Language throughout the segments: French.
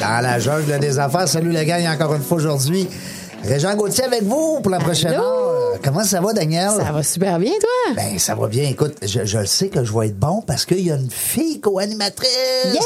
Dans la jungle des affaires, salut la gang encore une fois aujourd'hui. Régent Gauthier avec vous pour la prochaine Allô? heure. Comment ça va, Daniel? Ça va super bien, toi? Ben, ça va bien. Écoute, je, je le sais que je vais être bon parce qu'il y a une fille co-animatrice. Yay!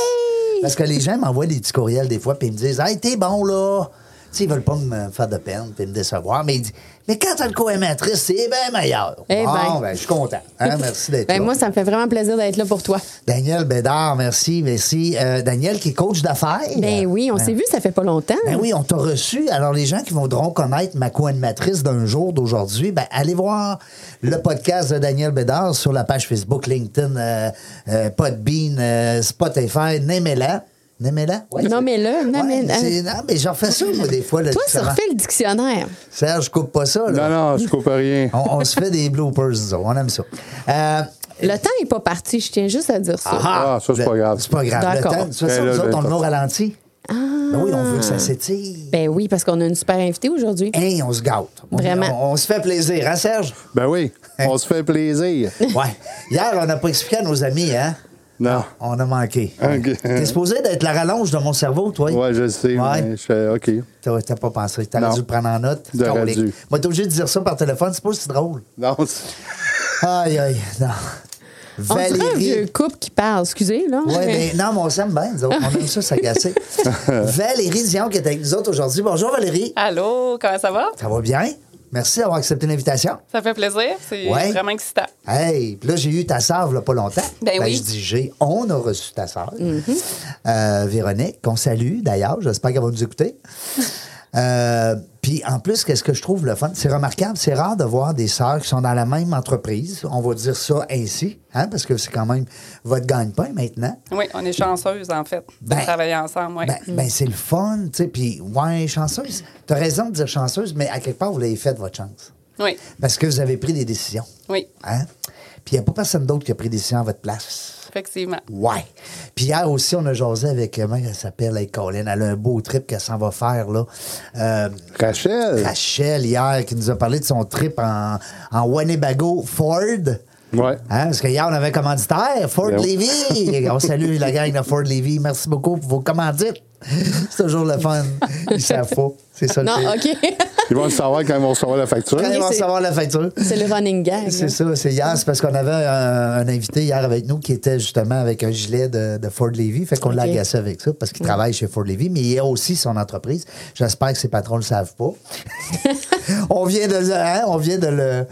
Parce que les gens m'envoient des petits courriels des fois, puis ils me disent Hey, t'es bon, là. Tu sais, ils veulent pas me faire de peine puis me décevoir, mais ils disent Mais quand t'as une co-animatrice, c'est bien meilleur. Eh bon, ben. ben, je suis content. Hein, merci d'être Ben, là. moi, ça me fait vraiment plaisir d'être là pour toi. Daniel Bédard, merci, merci. Euh, Daniel, qui est coach d'affaires. Ben oui, on s'est vu, ça fait pas longtemps. Ben oui, on t'a reçu. Alors, les gens qui voudront connaître ma co-animatrice d'un jour d'aujourd'hui, ben, allez voir le podcast de Daniel Bédard sur la page Facebook, LinkedIn, euh, euh, Podbean, euh, Spotify, nommez-la. Nommez-la? Ouais, Nommez-le, c'est- nommez- ouais, c'est- non, mais j'en fais ça, moi, des fois. Là, Toi, tu justement. refais le dictionnaire. Serge, je coupe pas ça. Non, Là. non, je coupe à rien. On, on se fait des bloopers, disons. On aime ça. Euh, Le temps est pas parti, je tiens juste à dire ça. Ah, ça, c'est pas grave. Ben, C'est pas grave. Le D'accord. temps, de toute façon, Ben là, nous autres, ben, on l'a pas- ralenti. Ben oui, on veut que Ah. ça s'étire. Ben oui, parce qu'on a une super invitée aujourd'hui. Hey, on se gâte. On- Vraiment. on- on se fait plaisir, hein, Serge? Ben oui, Hein? on se fait plaisir. Ouais. Hier, on n'a pas expliqué à nos amis, hein? Non. On a manqué. Ok. T'es supposé d'être la rallonge de mon cerveau, toi. Ouais, je sais. Ouais. mais je fais, OK. T'as t'as pas pensé. T'aurais Non. dû le prendre en note. J'aurais Colique. dû. Moi, t'es obligé de dire ça par téléphone. C'est pas si drôle. Non, c'est- Aïe, aïe, non. On dirait un vieux couple qui parle, excusez, là. Ouais, ben, mais non, mais on s'aime bien, nous autres. On aime ça s'agacer. Valérie Dion, qui est avec nous autres aujourd'hui. Bonjour, Valérie. Ah. Allô, comment ça va? Ça va bien? Merci d'avoir accepté l'invitation. Ça fait plaisir? C'est Ouais. vraiment excitant. Hey, puis là, j'ai eu ta sœur, là, pas longtemps. Ben oui. Mm-hmm. Je dis j'ai. On a reçu ta sœur. Euh, Véronique, qu'on salue d'ailleurs. J'espère qu'elle va nous écouter. Euh, puis en plus, qu'est-ce que je trouve le fun? C'est remarquable, c'est rare de voir des sœurs qui sont dans la même entreprise. On va dire ça ainsi, hein, parce que c'est quand même votre gagne-pain maintenant. Oui, on est chanceuse, en fait, de Ben, travailler ensemble. Ouais. Ben, ben, c'est le fun, tu sais. Puis, ouais, chanceuse. T'as raison de dire chanceuse, mais à quelque part, vous l'avez fait, votre chance. Oui, Parce que vous avez pris des décisions. oui, Hein? Puis il n'y a pas personne d'autre qui a pris des décisions à votre place. effectivement. Ouais. Puis hier aussi, on a jasé avec, euh, comment elle s'appelle, avec Colin. Elle a un beau trip qu'elle s'en va faire, là. Euh, Rachel. Rachel, hier, qui nous a parlé de son trip en, en Winnebago Ford. Ouais. Hein, parce que hier, on avait commanditaire, Ford Ben oui. Levy. on salue la gang de Ford Levy. Merci beaucoup pour vos commandites. C'est toujours le fun. Ils savent pas. C'est ça le Non, pire. OK. Ils vont le savoir quand ils vont recevoir la facture. Quand ils vont C'est- savoir la facture. C'est le running gag. là. C'est ça, c'est hier, c'est parce qu'on avait un, un invité hier avec nous qui était justement avec un gilet de, de Ford Levy, fait qu'on l'a Ok. agacé avec ça parce qu'il travaille chez Ford Levy, mais il a aussi son entreprise. J'espère que ses patrons le savent pas. on vient de le, hein, on vient de le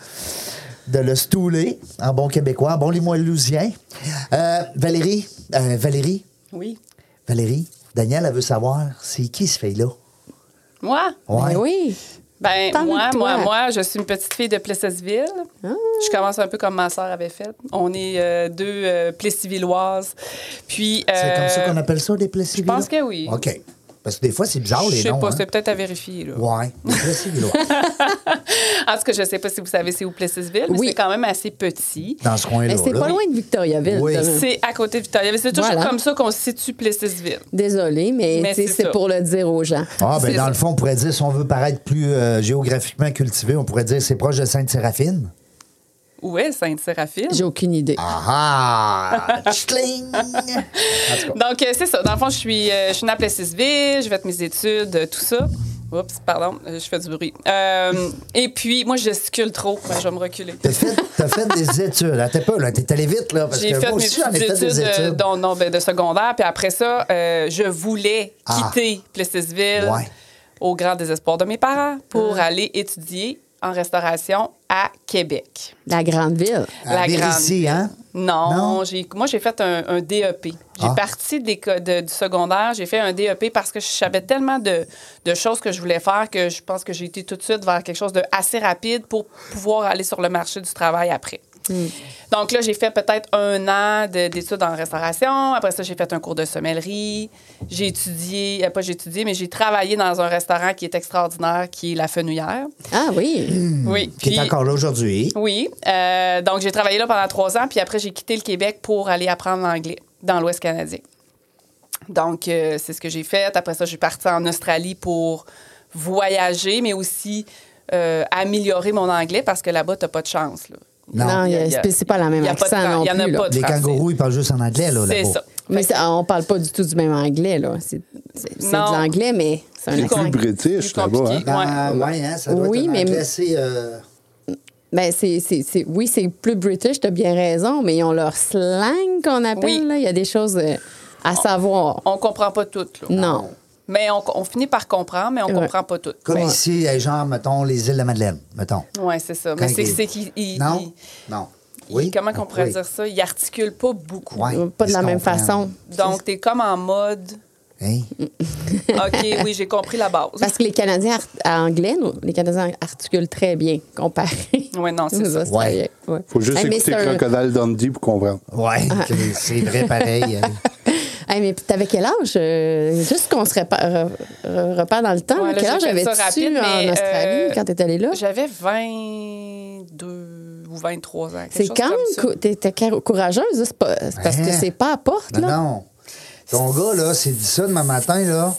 de le stouler en bon québécois, en bon limoilousien. Euh, Valérie, euh, Valérie, Oui. Valérie, Daniel, elle veut savoir c'est qui ce fille-là. Moi? Ben oui. Ben, Parle-nous moi, de toi. Ah. moi, moi, je suis une petite fille de Plessisville. Je commence un peu comme ma sœur avait fait. On est euh, deux euh, Plessivilloises. Puis. C'est comme ça euh, qu'on appelle ça, des plaissiers. pense que oui. OK. Parce que des fois, c'est bizarre, Je les sais noms. pas, hein. c'est peut-être à vérifier. Là. Ouais, des plaissiers villois. En tout cas, je sais pas si vous savez c'est où Plessisville, mais Oui. c'est quand même assez petit. dans ce coin-là. Mais Ben, c'est là. pas loin de Victoriaville. Oui. Désolée, C'est à côté de Victoria. Mais c'est toujours Voilà. comme ça qu'on se situe Plessisville. Désolé, mais, Mais tu sais, c'est c'est ça. pour le dire aux gens. Ah, ben C'est dans ça. le fond, on pourrait dire, si on veut paraître plus euh, géographiquement cultivé, on pourrait dire c'est proche de Sainte-Séraphine. Où est Sainte-Séraphine? J'ai aucune idée. Ah ah! Tchling! En tout cas, Donc, euh, c'est ça. Dans le fond, je suis, euh, je suis née à Plessisville, je vais être mes études, euh, tout ça. Oups, pardon, euh, je fais du bruit. Euh, et puis, moi, je gesticule trop. Ben, je vais me reculer. T'as fait, t'as fait des études. Attends pas, là, t'es allé vite, là, parce J'ai que fait moi mes aussi, j'en ai petites fait des études, euh, études. dont- non, ben, de secondaire. Puis après ça, euh, je voulais Ah. quitter Plessisville Ouais. Ah. au grand désespoir de mes parents pour aller étudier en restauration à Québec. La grande ville. À la grande Mérisy, hein? Non, Non? j'ai- moi, j'ai fait un, un DEP. J'ai Ah. parti de l'éco- de- du secondaire, j'ai fait un DEP parce que je savais tellement de, de choses que je voulais faire que je pense que j'ai été tout de suite vers quelque chose de assez rapide pour pouvoir aller sur le marché du travail après. Hmm. Donc là, j'ai fait peut-être un an de- d'études en restauration. Après ça, j'ai fait un cours de sommellerie. J'ai étudié, euh, pas j'ai étudié, mais j'ai travaillé dans un restaurant qui est extraordinaire, qui est La Fenouillère. Ah oui. Oui. Hmm. Qui est puis- encore là aujourd'hui. oui. Euh, donc, j'ai travaillé là pendant trois ans, puis après, j'ai quitté le Québec pour aller apprendre l'anglais dans l'Ouest canadien. Donc, euh, c'est ce que j'ai fait. Après ça, je suis partie en Australie pour voyager, mais aussi euh, améliorer mon anglais parce que là-bas, t'as pas de chance. là. Non. Non, Ah, il y a- Il y a- c'est- c'est pas la même il y a pas de accent tra- non il y en a plus, là. pas de Les français. kangourous, ils parlent juste en anglais, là, C'est là-bas. ça. Mais ça- on parle pas du tout du même anglais, là. C'est c'est- c'est de Non. l'anglais, mais c'est un Plus accent. Plus compliqué. british Plus là-bas, hein? compliqué. Ben, Ouais. ouais, hein, ça doit Oui, être un mais- anglais assez, euh, Ben, c'est, c'est, c'est- oui, c'est plus British, t'as bien raison, mais ils ont leur slang qu'on appelle, Oui. là. Il y a des choses euh, à savoir. On comprend pas tout. là. Non. Mais on, on finit par comprendre, mais on Ouais. comprend pas tout. Comme Ouais. ici, euh, genre, mettons, les îles de la Madeleine, mettons. Oui, c'est ça. Mais Quand c'est il- c'est qu'il. il- Non? Non. il- Oui. Comment qu'on pourrait Oui. dire ça? Il articule pas beaucoup. Ouais. Pas de la Ils se même comprennent. façon. Donc, tu es comme en mode Hein? OK, oui, j'ai compris la base. Parce que les Canadiens ar- à anglais, nous, les Canadiens articulent très bien comparé. Ouais, non, c'est aux ça. Australiens. Ouais. Faut juste Hey, mais écouter c'est un- Crocodile Dundee pour comprendre. Ouais, Ah. que c'est vrai pareil. euh. Hey, mais t'avais quel âge? Euh, juste qu'on se repa- re- re- repère dans le temps. Ouais, là, quel j'ai âge fait ça avais-tu rapide, mais, en Australie euh, quand t'es allée là? J'avais 22 ou 23 ans. quelque C'est chose quand comme ça. même cou- t'es- t'es cou- courageuse, là, c'est pas- c'est parce que Hein? c'est pas à porte, Non, là. non. Ton gars, là, c'est dit ça demain matin, là.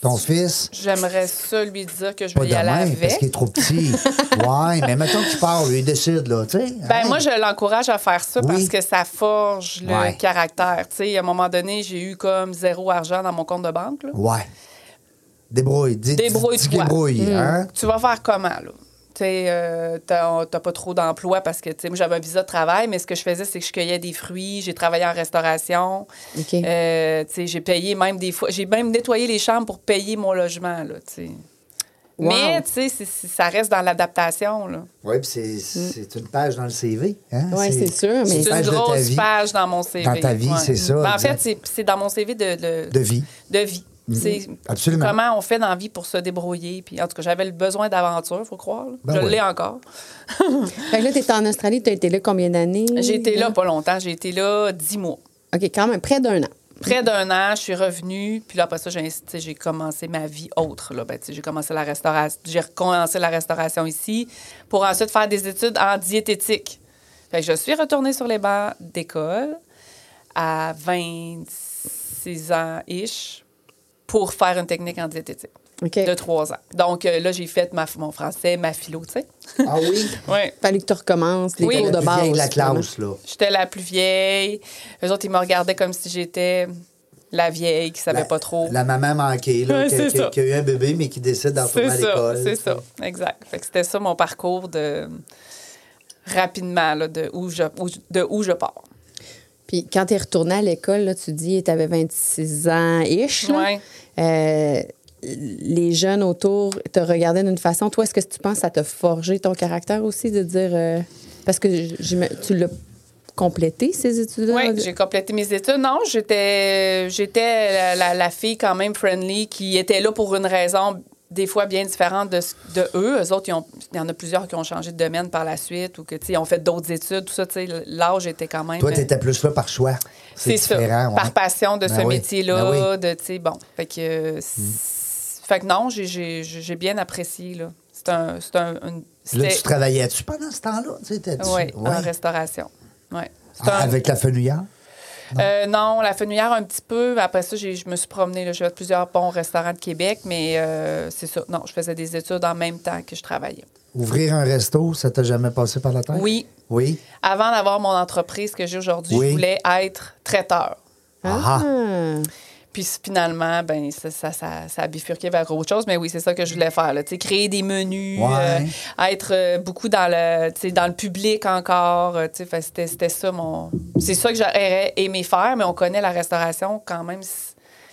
Ton fils, J'aimerais ça lui dire que je pas vais y aller demain, parce avec. qu'il est trop petit. ouais, mais mettons qu'il part, lui, il décide, là, tu sais. Ben, hein. moi, je l'encourage à faire ça Oui. parce que ça forge le Ouais. caractère. Tu sais, à un moment donné, j'ai eu comme zéro argent dans mon compte de banque. là. Ouais. Débrouille. dis- dis- Débrouille-toi. Mm. dis- Débrouille, hein? Tu vas faire comment, là? Tu sais, euh, t'as t'as pas trop d'emplois parce que, tu sais, moi, j'avais un visa de travail, mais ce que je faisais, c'est que je cueillais des fruits, j'ai travaillé en restauration. OK. Euh, tu sais, j'ai payé même des fois, j'ai même nettoyé les chambres pour payer mon logement, là, tu sais. Wow. Mais, tu sais, c'est- c'est- ça reste dans l'adaptation, là. Oui, puis c'est- c'est une page dans le CV. Hein? Ouais, c'est sûr, mais- Mm. C'est une page de ta grosse vie. page dans mon CV. Dans ta vie, c'est ça, Ben, en exact. fait, c'est- c'est dans mon CV de, de, De vie. de vie. C'est Absolument. Comment on fait dans la vie pour se débrouiller. Puis, en tout cas, j'avais le besoin d'aventure, faut croire. là. Ben Je ouais. l'ai encore. Fait que là, t'étais en Australie, t'as été là combien d'années? J'ai été là pas longtemps. J'ai été là dix mois. OK, quand même, près d'un an. Près d'un an, je suis revenue. Puis là, après ça, j'ai, tu sais, j'ai commencé ma vie autre. Là. Ben, tu sais, j'ai commencé la restauration. J'ai recommencé la restauration ici pour ensuite faire des études en diététique. Fait que je suis retournée sur les bancs d'école à 26 ans-ish pour faire une technique en diététique OK. de trois ans. Donc euh, là, j'ai fait ma, mon français, ma philo, tu sais. Ah oui? Ouais. Fallait que tu recommences les Oui. cours La de plus vieille base. de la finalement. classe, là. J'étais la plus vieille. Eux autres, ils me regardaient comme si j'étais la vieille qui savait La- pas trop. La maman manquée, là, Ouais, qui, a- c'est qui a- ça. qui a eu un bébé, mais qui décide d'en retourner C'est à ça, l'école. c'est ça. Exact. Fait que c'était ça mon parcours de rapidement là, de, où je, où je- de où je pars. Puis quand t'es retournée à l'école, là, tu dis tu avais 26 ans-ish. là. Ouais. Euh, les jeunes autour te regardaient d'une façon. Toi, est-ce que tu penses que ça t'a forgé ton caractère aussi de dire. euh, parce que j'ima- tu l'as complété, ces études-là? Oui, j'ai complété mes études. Non, j'étais j'étais la, la- la fille quand même friendly qui était là pour une raison des fois bien différente de, ce- de eux. Eux autres, ils ont- il y en a plusieurs qui ont changé de domaine par la suite ou que, tu sais, ils ont fait d'autres études, tout ça, tu sais, l'âge était quand même... Toi, tu étais plus là par choix. Eh ben, C'est ça. différent, ouais. Par passion de Ben ce oui, ben métier-là, oui. Mm. de, tu sais, bon. Fait que, euh, c'est- fait que non, j'ai- j'ai j'ai bien apprécié, là. C'est un... C'est un... Là, une- c'était- tu travaillais-tu pendant ce temps-là? Tu sais, t'étais-tu- ouais, Ouais. en restauration. Ouais. C'est Ah, un- Avec la fenouillère? euh, non, la fenouillère un petit peu. mais Après ça, j'ai- je me suis promenée. là. J'ai fait plusieurs bons restaurants de Québec, mais euh, c'est ça. Non, je faisais des études en même temps que je travaillais. Ouvrir un resto, ça t'a jamais passé par la tête? Oui. Oui. Avant d'avoir mon entreprise que j'ai aujourd'hui, Oui. je voulais être traiteur. Ah! Puis finalement, ben ça, ça, ça, ça a bifurqué vers autre chose. Mais oui, c'est ça que je voulais faire. là. Tu sais, créer des menus, Ouais. euh, être euh, beaucoup dans le, tu sais, dans le public encore. euh, tu sais, fait que C'était c'était ça mon... C'est ça que j'aurais aimé faire, mais on connaît la restauration quand même. c-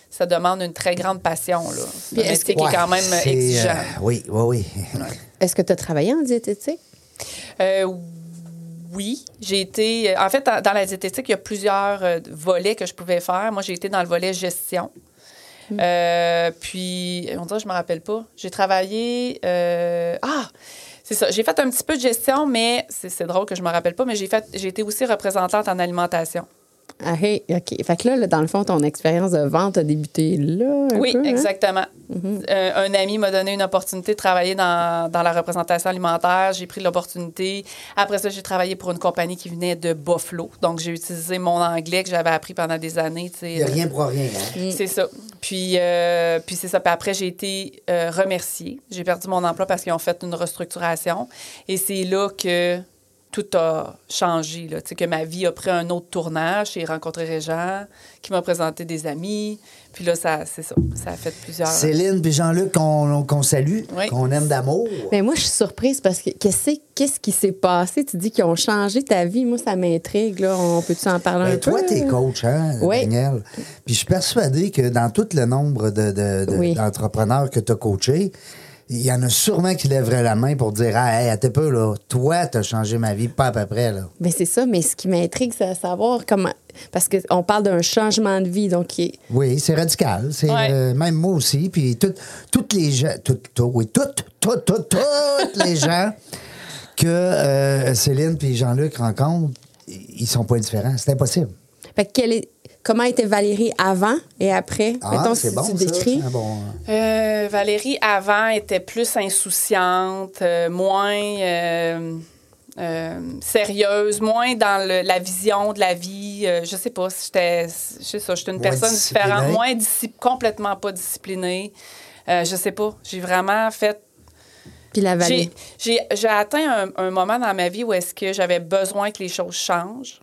Ça demande une très grande passion. là. C'est Puis un est-ce métier qui Ouais, est quand même c'est, exigeant. euh, oui, oui, oui. Est-ce que tu as travaillé en diététique? Euh, oui. J'ai été. En fait, dans dans la diététique, il y a plusieurs euh, volets que je pouvais faire. Moi, j'ai été dans le volet gestion. Euh, puis, on dirait, que je me rappelle pas. J'ai travaillé. euh, ah! C'est ça. J'ai fait un petit peu de gestion, mais c'est c'est drôle que je me rappelle pas, mais j'ai fait j'ai été aussi représentante en alimentation. Ah, hey, OK. Fait que là, là, dans le fond, ton expérience de vente a débuté là. un Oui, peu, hein? Mm-hmm. exactement. Euh, un ami m'a donné une opportunité de travailler dans, dans la représentation alimentaire. J'ai pris l'opportunité. Après ça, j'ai travaillé pour une compagnie qui venait de Buffalo. Donc, j'ai utilisé mon anglais que j'avais appris pendant des années. tu sais. Il n'y a rien pour rien. hein. C'est ça. Puis, euh, puis c'est ça. Puis après, j'ai été euh, remerciée. J'ai perdu mon emploi parce qu'ils ont fait une restructuration. Et c'est là que tout a changé. Là. Tu sais, que ma vie a pris un autre tournage. J'ai rencontré Régent, qui m'a présenté des amis. Puis là, ça, c'est ça. Ça a fait plusieurs. Céline puis Jean-Luc qu'on qu'on salue, Oui. qu'on aime d'amour. Mais moi, je suis surprise parce que qu'est-ce qu'est-ce qui s'est passé? Tu dis qu'ils ont changé ta vie. Moi, ça m'intrigue. là. On peut-tu en parler un Ben, toi, peu? t'es coach, hein, Oui. Daniel? Puis je suis persuadé que dans tout le nombre de- de- de- Oui. d'entrepreneurs que tu as coachés, il y en a sûrement qui lèveraient la main pour dire Ah, hey, attends un peu, là, toi, t'as changé ma vie, pas à peu près. Là. Mais Ben, c'est ça, mais ce qui m'intrigue, c'est à savoir comment. Parce qu'on parle d'un changement de vie, donc qui est- Oui, c'est radical. C'est Ouais. euh, même moi aussi. Puis tout- toutes les gens, toutes, tout- oui, toutes, toutes, toutes, toutes les gens que euh, Céline puis Jean-Luc rencontrent, ils sont pas différents. C'est impossible. Fait que quelle est- comment était Valérie avant et après? Mettons, si tu ça, décris. Ah, c'est un bon- Euh, Valérie, avant, était plus insouciante, euh, moins euh, euh, sérieuse, moins dans le- la vision de la vie. Euh, je sais pas si j'étais. Je sais ça, j'étais une Moins personne disciplinée. différente, moins disci- complètement pas disciplinée. Euh, je sais pas. J'ai vraiment fait Puis la j'ai- Valérie. J'ai j'ai atteint un, un moment dans ma vie où est-ce que j'avais besoin que les choses changent.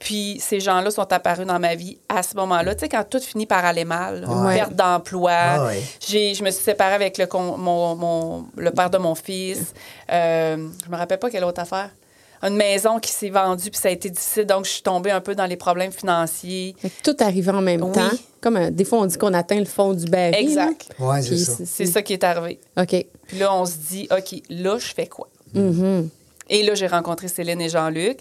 Puis ces gens-là sont apparus dans ma vie à ce moment-là. Tu sais, quand tout finit par aller mal, là, Ouais. perte d'emploi, Ah ouais. j'ai- je me suis séparée avec le, con- mon, mon- le père de mon fils. Euh, je me rappelle pas quelle autre affaire. Une maison qui s'est vendue, puis ça a été difficile. Donc, je suis tombée un peu dans les problèmes financiers. Fait que tout arrivait en même Oui. temps. Comme euh, des fois, on dit qu'on atteint le fond du baril. Exact. là. Ouais, c'est Puis ça. C'est ça qui est arrivé. OK. Puis là, on se dit, OK, là, je fais quoi? Et là, j'ai rencontré Céline et Jean-Luc.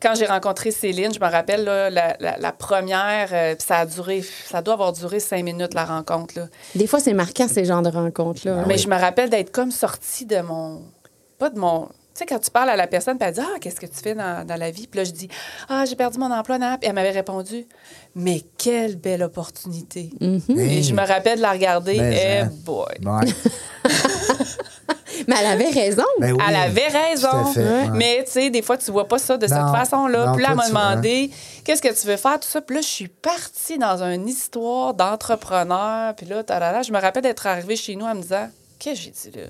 Quand j'ai rencontré Céline, je me rappelle, là, la, la- la première, euh, puis ça a duré, ça doit avoir duré cinq minutes, la rencontre. là. Des fois, c'est marquant, ces genres de rencontres-là. Ben hein. Mais je me rappelle d'être comme sortie de mon. Pas de mon. Tu sais, quand tu parles à la personne, puis elle dit Ah, qu'est-ce que tu fais dans, dans la vie? Puis là, je dis Ah, j'ai perdu mon emploi, nan. Puis elle m'avait répondu Mais quelle belle opportunité. Et je me rappelle de la regarder. Mais, Eh hein. boy. Ouais. Mais elle avait raison. Ben oui. Elle avait Tout raison. à fait, ouais. Mais, tu sais, des fois, tu vois pas ça de Non, cette façon-là. non, Puis là, elle pas m'a souvent. demandé qu'est-ce que tu veux faire, tout ça. Puis là, je suis partie dans une histoire d'entrepreneur. Puis là, tarara, je me rappelle d'être arrivée chez nous en me disant Qu'est-ce que j'ai dit là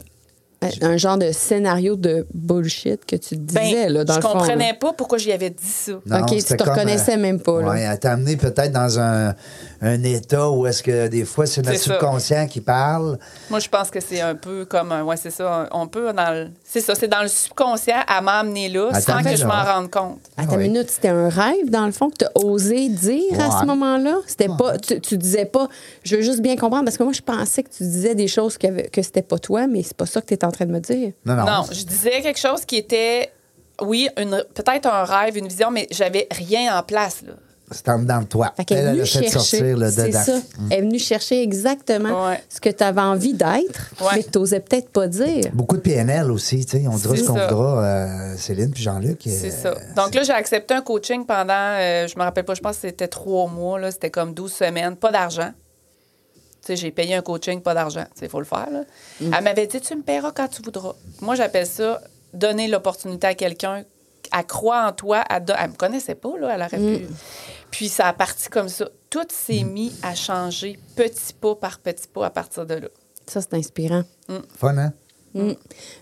Ben, Euh, Un genre de scénario de bullshit que tu te disais, là, dans Ben, je le fond. comprenais là. pas pourquais j'y avais dit ça. Non, OK, tu c'était te comme, reconnaissais même pas, là. Ouais, elle t'a amené peut-être dans un, un état où est-ce que des fois c'est notre C'est ça. subconscient qui parle. Moi, je pense que c'est un peu comme. un- Ouais, c'est ça. On peut. dans le- C'est ça. C'est dans le subconscient à m'amener là Attends, sans que mais je là. m'en rende compte. À ta Ouais. minute, c'était un rêve, dans le fond, que tu as osé dire à Ouais. ce moment-là. C'était pas. Tu, tu disais pas. Je veux juste bien comprendre, parce que moi, je pensais que tu disais des choses qu'il y avait- que c'était pas toi, mais c'est pas ça que tu étais en train de me dire. Non, non. Non, je disais quelque chose qui était, oui, une- peut-être un rêve, une vision, mais j'avais rien en place. Là. C'est en dedans de toi. Fait qu'elle est venue a fait chercher. sortir le Mm. c'est dedans. ça. Elle est venue chercher exactement Ouais. ce que tu avais envie d'être, Ouais. mais que tu n'osais peut-être pas dire. Beaucoup de PNL aussi, tu sais. On dira C'est ce qu'on ça. voudra, euh, Céline puis Jean-Luc. euh, C'est ça. Donc là, j'ai accepté un coaching pendant, euh, je me rappelle pas, je pense que c'était trois mois, là, c'était comme 12 semaines, pas d'argent. Tu sais, j'ai payé un coaching, pas d'argent. Il faut le faire. Là. Elle m'avait dit, tu me paieras quand tu voudras. Moi, j'appelle ça donner l'opportunité à quelqu'un à croire en toi. À don- Elle me connaissait pas, là, elle aurait pu. Puis ça a parti comme ça. Tout s'est mis à changer petit pas par petit pas à partir de là. Ça, c'est inspirant. Fun, hein? Mm.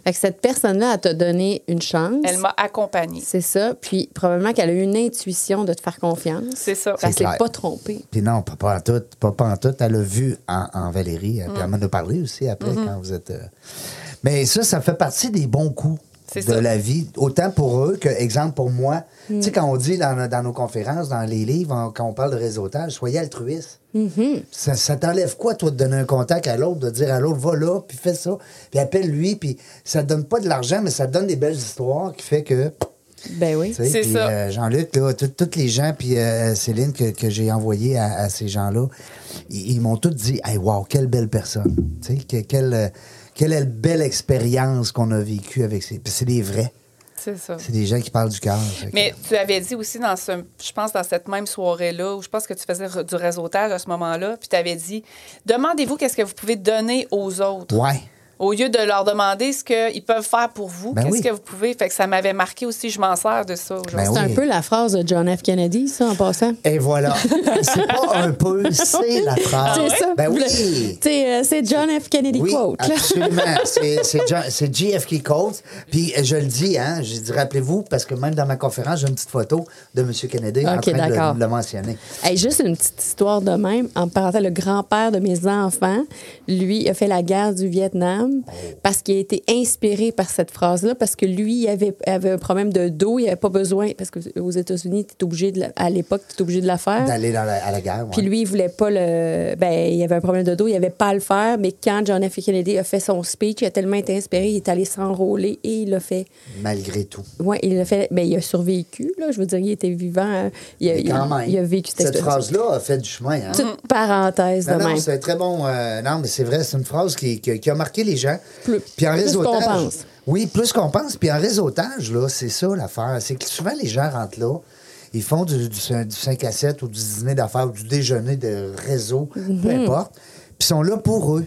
Fait que cette personne-là, elle t'a donné une chance. Elle m'a accompagnée. C'est ça. Puis probablement qu'elle a eu une intuition de te faire confiance. C'est ça. Elle C'est s'est clair. pas trompée. Puis non, pas, pas en tout. Pas, pas en tout. Elle l'a vu en, en Valérie. Mm. euh, Puis elle m'en a parlé aussi après Mm-hmm. quand vous êtes. euh, Mais ça, ça fait partie des bons coups de C'est ça. Mm. la vie, autant pour eux que, exemple, pour moi. Tu sais, quand on dit dans, dans nos conférences, dans les livres, en- quand on parle de réseautage, soyez altruiste. Mm-hmm. Ça, ça t'enlève quoi, toi, de donner un contact à l'autre, de dire à l'autre, va là, puis fais ça, puis appelle lui, puis ça te donne pas de l'argent, mais ça te donne des belles histoires qui fait que Ben oui. Tu sais, C'est puis, ça. euh, Jean-Luc, là, tout- toutes les gens, puis euh, Céline, que, que j'ai envoyé à, à ces gens-là, ils, ils m'ont tous dit Hey, wow, quelle belle personne. Tu sais, que- quelle, euh, quelle est la belle expérience qu'on a vécue avec ces. Puis c'est des vrais. C'est ça. C'est des gens qui parlent du cœur. Fait que- Mais tu avais dit aussi dans ce, je pense, dans cette même soirée-là, où je pense que tu faisais re- du réseautage à ce moment-là, puis tu avais dit demandez-vous qu'est-ce que vous pouvez donner aux autres. Ouais. Au lieu de leur demander ce qu'ils peuvent faire pour vous, Ben qu'est-ce oui. que vous pouvez. Fait que ça m'avait marqué aussi, je m'en sers de ça aujourd'hui. Ben C'est oui. un peu la phrase de John F. Kennedy, ça, en passant. Et voilà. c'est pas un peu, c'est la phrase. C'est ça. Ben Le- oui. Tu sais, euh, c'est John F. Kennedy Oui, quote. là. absolument. C'est- c'est John- C'est JFK Coates. Puis je le dis, hein, j'ai dit, rappelez-vous, parce que même dans ma conférence, j'ai une petite photo de M. Kennedy en Ok, train de le- d'accord. de le mentionner. Hey, juste une petite histoire de même. En parenthèse, le grand-père de mes enfants, lui, a fait la guerre du Vietnam parce qu'il a été inspiré par cette phrase-là, parce que lui, il avait, avait un problème de dos, il n'avait pas besoin, parce qu'aux États-Unis, t'es obligé de la- à l'époque, tu es obligé de la faire. D'aller dans la- à la guerre. Hein? Puis ouais. lui, il voulait pas le. Ben, il avait un problème de dos, il avait pas à le faire, mais quand John F. Kennedy a fait son speech, il a tellement été inspiré, il est allé s'enrôler et il l'a fait. Malgré tout. Ouais, il l'a fait. Ben, il a survécu, là. Je veux dire, il était vivant. hein. Il a, Mais quand il- même, il a vécu cette expérience. phrase-là a fait du chemin. hein. Petite parenthèse de Ben Non, non, même. c'est un très bon. euh, non, mais c'est vrai, c'est une phrase qui, qui- qui a marqué les gens. Plus- puis en plus réseautage. qu'on pense. Oui, plus qu'on pense. Puis en réseautage, là, c'est ça l'affaire. C'est que souvent, les gens rentrent là. Ils font du, du, cin- du 5 à 7 ou du dîner d'affaires ou du déjeuner de réseau, peu Mhm. importe. Puis ils sont là pour eux.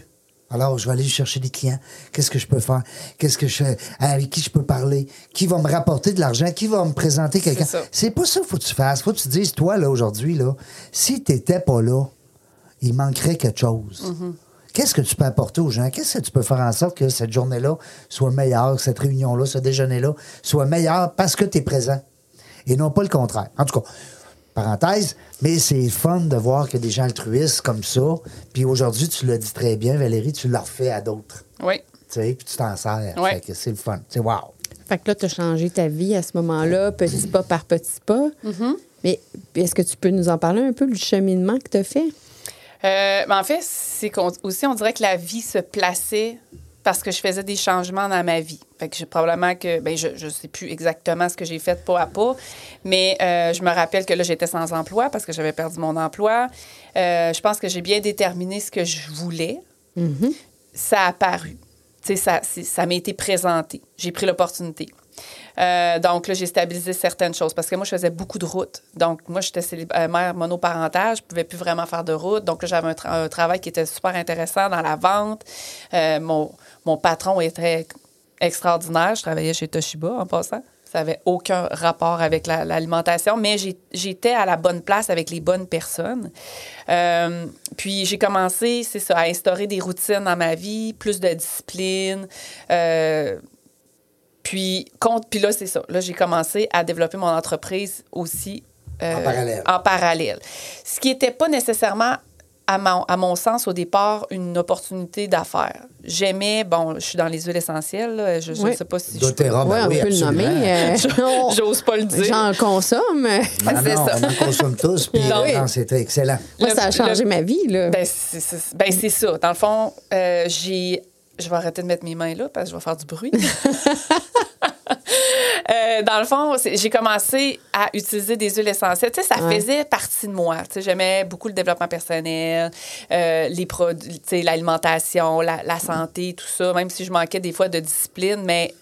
Alors, je vais aller chercher des clients. Qu'est-ce que je peux faire? Qu'est-ce que je avec qui je peux parler? Qui va me rapporter de l'argent? Qui va me présenter quelqu'un? ça. C'est pas ça qu'il faut que tu fasses. Faut que tu te dises, toi, là, aujourd'hui, là, si t'étais pas là, il manquerait quelque chose. Qu'est-ce que tu peux apporter aux gens? Qu'est-ce que tu peux faire en sorte que cette journée-là soit meilleure, cette réunion-là, ce déjeuner-là soit meilleur parce que tu es présent et non pas le contraire. En tout cas, parenthèse, mais c'est fun de voir que des gens altruistes comme ça, puis aujourd'hui, tu le dis très bien, Valérie, tu le refais à d'autres. Oui. Tu sais, puis tu t'en sers. Ouais. Fait que c'est le fun. C'est wow. Fait que là, tu as changé ta vie à ce moment-là, petit pas par petit pas. Mais est-ce que tu peux nous en parler un peu du cheminement que tu as fait? Euh, ben, en fait, c'est qu'on- aussi, on dirait que la vie se plaçait parce que je faisais des changements dans ma vie. Fait que j'ai probablement que, ben, je ne sais plus exactement ce que j'ai fait pas à pas, mais euh, je me rappelle que là, j'étais sans emploi parce que j'avais perdu mon emploi. Euh, je pense que j'ai bien déterminé ce que je voulais. Ça a apparu. Tu sais, ça, c'est- ça m'a été présenté. J'ai pris l'opportunité. Euh, donc là, j'ai stabilisé certaines choses parce que moi, je faisais beaucoup de routes. Donc, moi, j'étais célib- euh, mère monoparentale, je pouvais plus vraiment faire de route. Donc là, j'avais un, tra- un travail qui était super intéressant dans la vente. Euh, mon, mon patron était extraordinaire. Je travaillais chez Toshiba en passant. Ça n'avait aucun rapport avec la- l'alimentation, mais j'ai- j'étais à la bonne place avec les bonnes personnes. Euh, puis j'ai commencé, c'est ça, à instaurer des routines dans ma vie, plus de discipline. Euh, puis, compte, puis là, c'est ça. Là, j'ai commencé à développer mon entreprise aussi. euh, En parallèle. En parallèle. Ce qui n'était pas nécessairement, à mon, à mon sens, au départ, une opportunité d'affaires. J'aimais, bon, je suis dans les huiles essentielles, là, je ne Oui. sais pas si je peux- Doterra, ben ouais, on oui, peut absolument. le nommer. euh, on- J'ose pas le dire. J'en consomme. Ben Ah, c'est non, ça. on en consomme tous, puis Non. euh, non, c'était excellent. Moi, Le- ça a changé le- ma vie, là. Ben, c'est c'est- ben, c'est ça. Dans le fond, euh, j'ai. Je vais arrêter de mettre mes mains là parce que je vais faire du bruit. Euh, dans le fond, c'est- j'ai commencé à utiliser des huiles essentielles. Tu sais, ça Ouais. faisait partie de moi. Tu sais, j'aimais beaucoup le développement personnel, euh, les produits, tu sais, l'alimentation, la, la santé, tout ça. Même si je manquais des fois de discipline, mais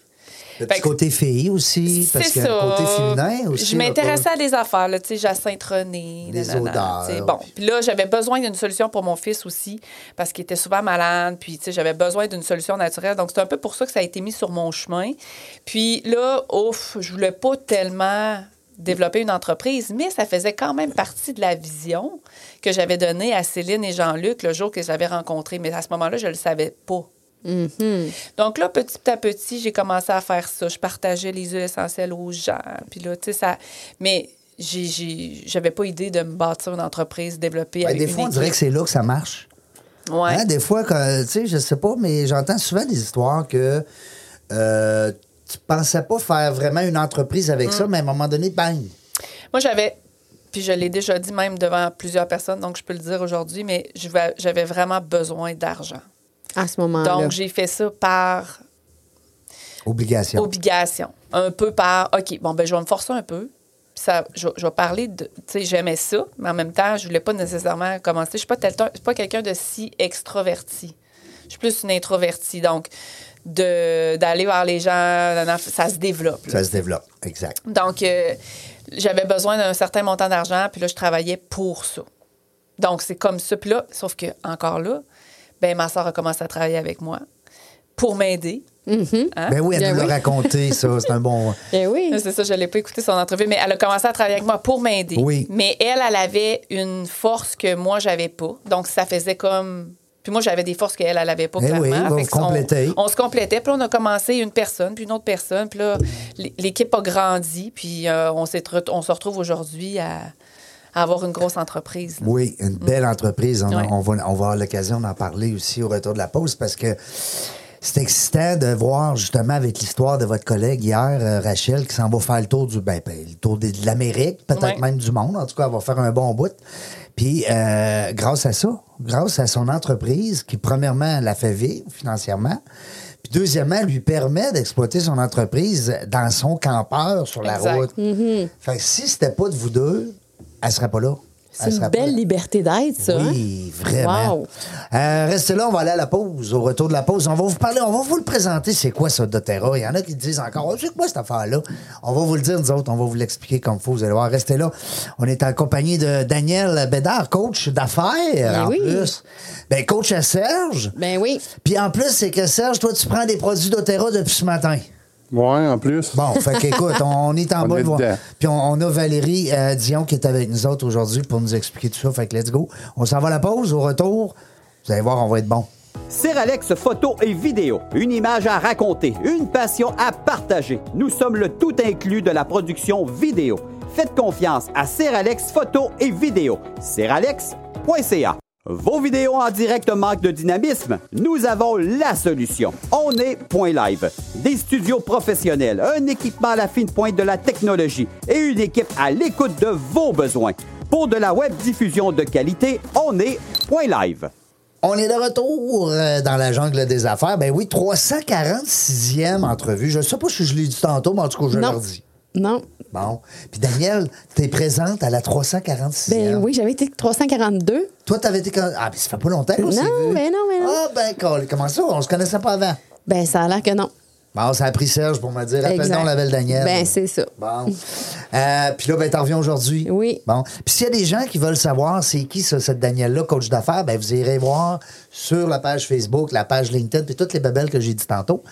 Le Fait petit que- côté fille aussi, parce c'est que le ça. côté féminin aussi. Je là, m'intéressais à des affaires, là, tu sais, Jacinthe René. Des odeurs, tu sais, Bon, puis- puis là, j'avais besoin d'une solution pour mon fils aussi, parce qu'il était souvent malade, puis, tu sais, j'avais besoin d'une solution naturelle. Donc, c'est un peu pour ça que ça a été mis sur mon chemin. Puis là, ouf, je voulais pas tellement développer une entreprise, mais ça faisait quand même partie de la vision que j'avais donnée à Céline et Jean-Luc le jour que j'avais rencontré. Mais à ce moment-là, je le savais pas. Donc là, petit à petit, j'ai commencé à faire ça. Je partageais les huiles essentielles aux gens. Puis là, tu sais, ça... Mais j'ai- j'ai- j'avais pas idée de me bâtir une entreprise, développer Ben, avec des une fois, on équipe. dirait que c'est là que ça marche. Ouais. Hein, des fois, quand- tu sais, je sais pas, mais j'entends souvent des histoires que euh, tu pensais pas faire vraiment une entreprise Mm. avec ça, mais à un moment donné, bang! Moi, j'avais... Puis je l'ai déjà dit même devant plusieurs personnes, donc je peux le dire aujourd'hui, mais je vais- j'avais vraiment besoin d'argent. Ah, à ce moment-là. Donc, j'ai fait ça par Obligation. obligation. un peu par OK, bon, ben je vais me forcer un peu. Puis Ça, je, je vais parler de. Tu sais, j'aimais ça, mais en même temps, je voulais pas nécessairement commencer. Je suis pas, tel- je suis pas quelqu'un de si extroverti. Je suis plus une introvertie. Donc, de- d'aller vers les gens, nanana, ça se développe. là. Ça se développe, exact. Donc, euh, j'avais besoin d'un certain montant d'argent, puis là, je travaillais pour ça. Donc, c'est comme ça. Puis là, sauf que, encore là, ben ma soeur a commencé à travailler avec moi pour m'aider. Hein? Ben oui, elle Ben nous oui. l'a raconté, ça. C'est un bon. Eh oui. Là, C'est ça, je l'ai pas écouté son entrevue, mais elle a commencé à travailler avec moi pour m'aider. Oui. Mais elle, elle avait une force que moi, j'avais pas. Donc, ça faisait comme. Puis moi, j'avais des forces qu'elle, elle avait pas, Eh oui, clairement. vous Fait que on- complétez. On, se complétait. Puis là, on a commencé une personne, puis une autre personne. Puis là, l'é- l'équipe a grandi. Puis euh, on, s'est re- on se retrouve aujourd'hui à, à avoir une grosse entreprise. là. Mm. Oui, une belle entreprise. On, a- Ouais. on va, on va avoir l'occasion d'en parler aussi au retour de la pause parce que c'est excitant de voir justement avec l'histoire de votre collègue hier, euh, Rachel, qui s'en va faire le tour du ben, ben, le tour de de l'Amérique, peut-être Ouais. même du monde. En tout cas, elle va faire un bon bout. Puis euh, grâce à ça, grâce à son entreprise qui, premièrement, la fait vivre financièrement. Puis deuxièmement, lui permet d'exploiter son entreprise dans son campeur sur la Exact. Mm-hmm. route. Fait que si c'était pas de vous deux, elle serait pas là. C'est Elle serait une Ah, pas là. belle liberté d'être, ça. hein? Oui, vraiment. Wow. Euh, restez là, on va aller à la pause. Au retour de la pause, on va vous parler, on va vous le présenter. C'est quoi ça, doTERRA? Il y en a qui disent encore, Oh, c'est quoi cette affaire-là? On va vous le dire, nous autres, on va vous l'expliquer comme faut. Vous allez voir, restez là. On est en compagnie de Daniel Bédard, coach d'affaires, en oui. plus. Ben, coach à Serge. Ben oui. Puis en plus, c'est que Serge, toi, tu prends des produits doTERRA depuis ce matin. Ouais, en plus. Bon, fait qu'écoute, on, on est en On bas est de voie. dedans. Puis on, on a Valérie euh, Dion qui est avec nous autres aujourd'hui pour nous expliquer tout ça. Fait que let's go. On s'en va à la pause. Au retour, vous allez voir, on va être bon. Seralex photo et vidéo, une image à raconter, une passion à partager. Nous sommes le tout inclus de la production vidéo. Faites confiance à Seralex photo et vidéo. Seralex.ca. Vos vidéos en direct manquent de dynamisme? Nous avons la solution. On est Point Live. Des studios professionnels, un équipement à la fine pointe de la technologie et une équipe à l'écoute de vos besoins. Pour de la web diffusion de qualité, on est Point Live. On est de retour euh, dans la jungle des affaires. Ben oui, 346e entrevue. Je sais pas si je l'ai dit tantôt, mais en tout cas, je Non. leur dis. Non. Bon. Puis Daniel, t'es présente à la 346e. Ben oui, j'avais été 342. Toi, t'avais été... quand- Ah, mais ça fait pas longtemps qu'on Non, s'est vu. ben non, ben non. Ah, ben, cool. comment ça? On se connaissait pas avant. Ben, ça a l'air que non. Bon, ça a pris Serge pour me dire, rappelle Exact. donc la belle Daniel. Ben, c'est ça. Bon. Euh, puis là, ben, t'en reviens aujourd'hui. Oui. Bon. Puis s'il y a des gens qui veulent savoir c'est qui ça, cette Danielle-là, coach d'affaires, ben, vous irez voir sur la page Facebook, la page LinkedIn, puis toutes les babelles que j'ai dit tantôt.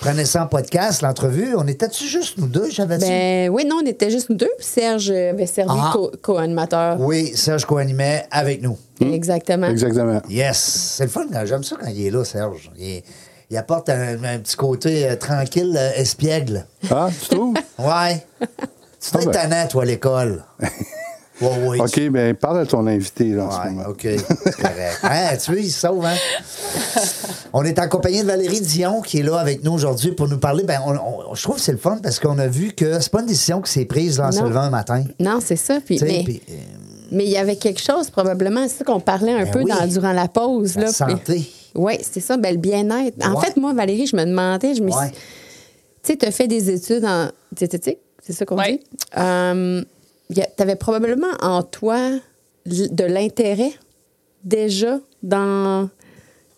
Prenez ça en podcast, l'entrevue. On était-tu juste nous deux, j'avais dit? Ben oui, non, on était juste nous deux. Puis Serge avait servi Ah. co- co-animateur. Oui, Serge co-animait avec nous. Exactement. Exactement. Yes. C'est le fun. quand- J'aime ça quand il est là, Serge. Il, il apporte un, un petit côté euh, tranquille, euh, espiègle. Ah, tu trouves? Ouais. Tu Ah t'es ben. tannant, toi, à l'école. Oui, oui. OK, ben parle à ton invité, là, en ce Ouais, moment. OK. C'est correct. Hein, tu vois, il se sauve, hein? On est en compagnie de Valérie Dion qui est là avec nous aujourd'hui pour nous parler. Ben, on- on- je trouve que c'est le fun parce qu'on a vu que c'est pas une décision qui s'est prise là, en se Non. levant un matin. Non, c'est ça. Puis, Tu sais, mais, puis, euh, mais il y avait quelque chose, probablement, c'est ça qu'on parlait un Ben peu oui. dans- durant la pause. La là, santé. Oui, c'est ça, ben, le bien-être. En Ouais. fait, moi, Valérie, je me demandais, je me suis ouais. Tu sais, tu as fait des études en diététique, c'est ça qu'on Ouais. dit. Euh, tu avais probablement en toi l- de l'intérêt déjà dans.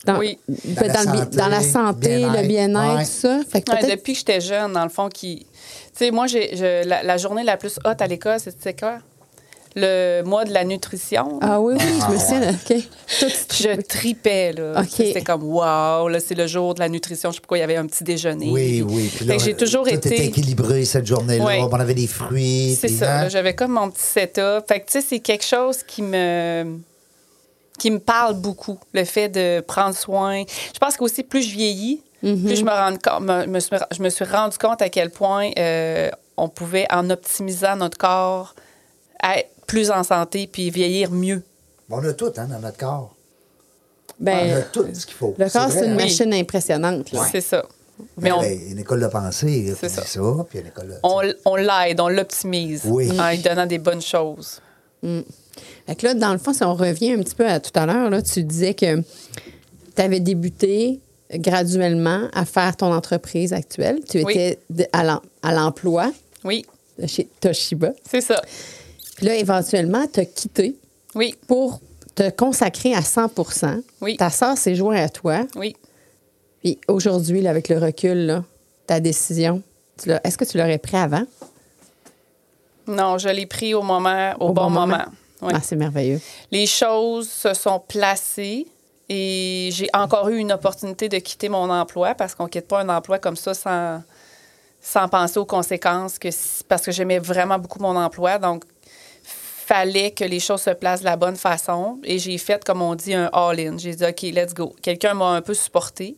Dans, Oui. Dans la dans, le bi- santé, dans la santé, bien-être. le bien-être, Ouais. tout ça. Fait que Ouais, peut-être- depuis que j'étais jeune, dans le fond, qui. Tu sais, moi, j'ai, je- la, la journée la plus haute à l'école, c'était quoi? Le mois de la nutrition. Ah oui, oui, je me souviens. OK. Je tripais, là. OK. C'était comme, wow, là, c'est le jour de la nutrition. Je sais pas pourquoi il y avait un petit déjeuner. Oui, oui. Puis Fait là, que j'ai toujours tout été. était équilibré cette journée-là. Ouais. On avait des fruits. C'est puis, ça. hein? là, J'avais comme mon petit setup. Fait que, tu sais, c'est quelque chose qui me qui me parle beaucoup, le fait de prendre soin. Je pense qu'aussi, plus je vieillis, plus je me, rends compte, me- me suis, je me suis rendu compte à quel point euh, on pouvait, en optimisant notre corps, être plus en santé puis vieillir mieux. On a tout hein, dans notre corps. on a Ben, tout ce qu'il faut. le corps, vrai, c'est une hein? machine impressionnante. là. C'est ça. Mais on, Ben, Il y a une école de pensée. C'est C'est ça. ça. Puis il y a une école de- on, on l'aide, on l'optimise Oui. en lui donnant des bonnes choses. Fait que là, dans le fond, si on revient un petit peu à tout à l'heure, là, tu disais que tu avais débuté graduellement à faire ton entreprise actuelle. Tu Oui. étais de- à l'em- à l'emploi Oui, de chez Toshiba. c'est ça. Puis là, éventuellement, tu as quitté Oui, pour te consacrer à 100 Oui. Ta sœur s'est jointe à toi. oui. Puis aujourd'hui, là, avec le recul, là, ta décision, tu l'as- est-ce que tu l'aurais pris avant? Non, je l'ai pris au moment, au, bon, moment. Oui. Ah, c'est merveilleux. Les choses se sont placées et j'ai encore eu une opportunité de quitter mon emploi parce qu'on quitte pas un emploi comme ça sans, sans penser aux conséquences que si- parce que j'aimais vraiment beaucoup mon emploi. Donc, fallait que les choses se placent de la bonne façon. Et j'ai fait, comme on dit, un all-in. J'ai dit, OK, let's go. Quelqu'un m'a un peu supporté.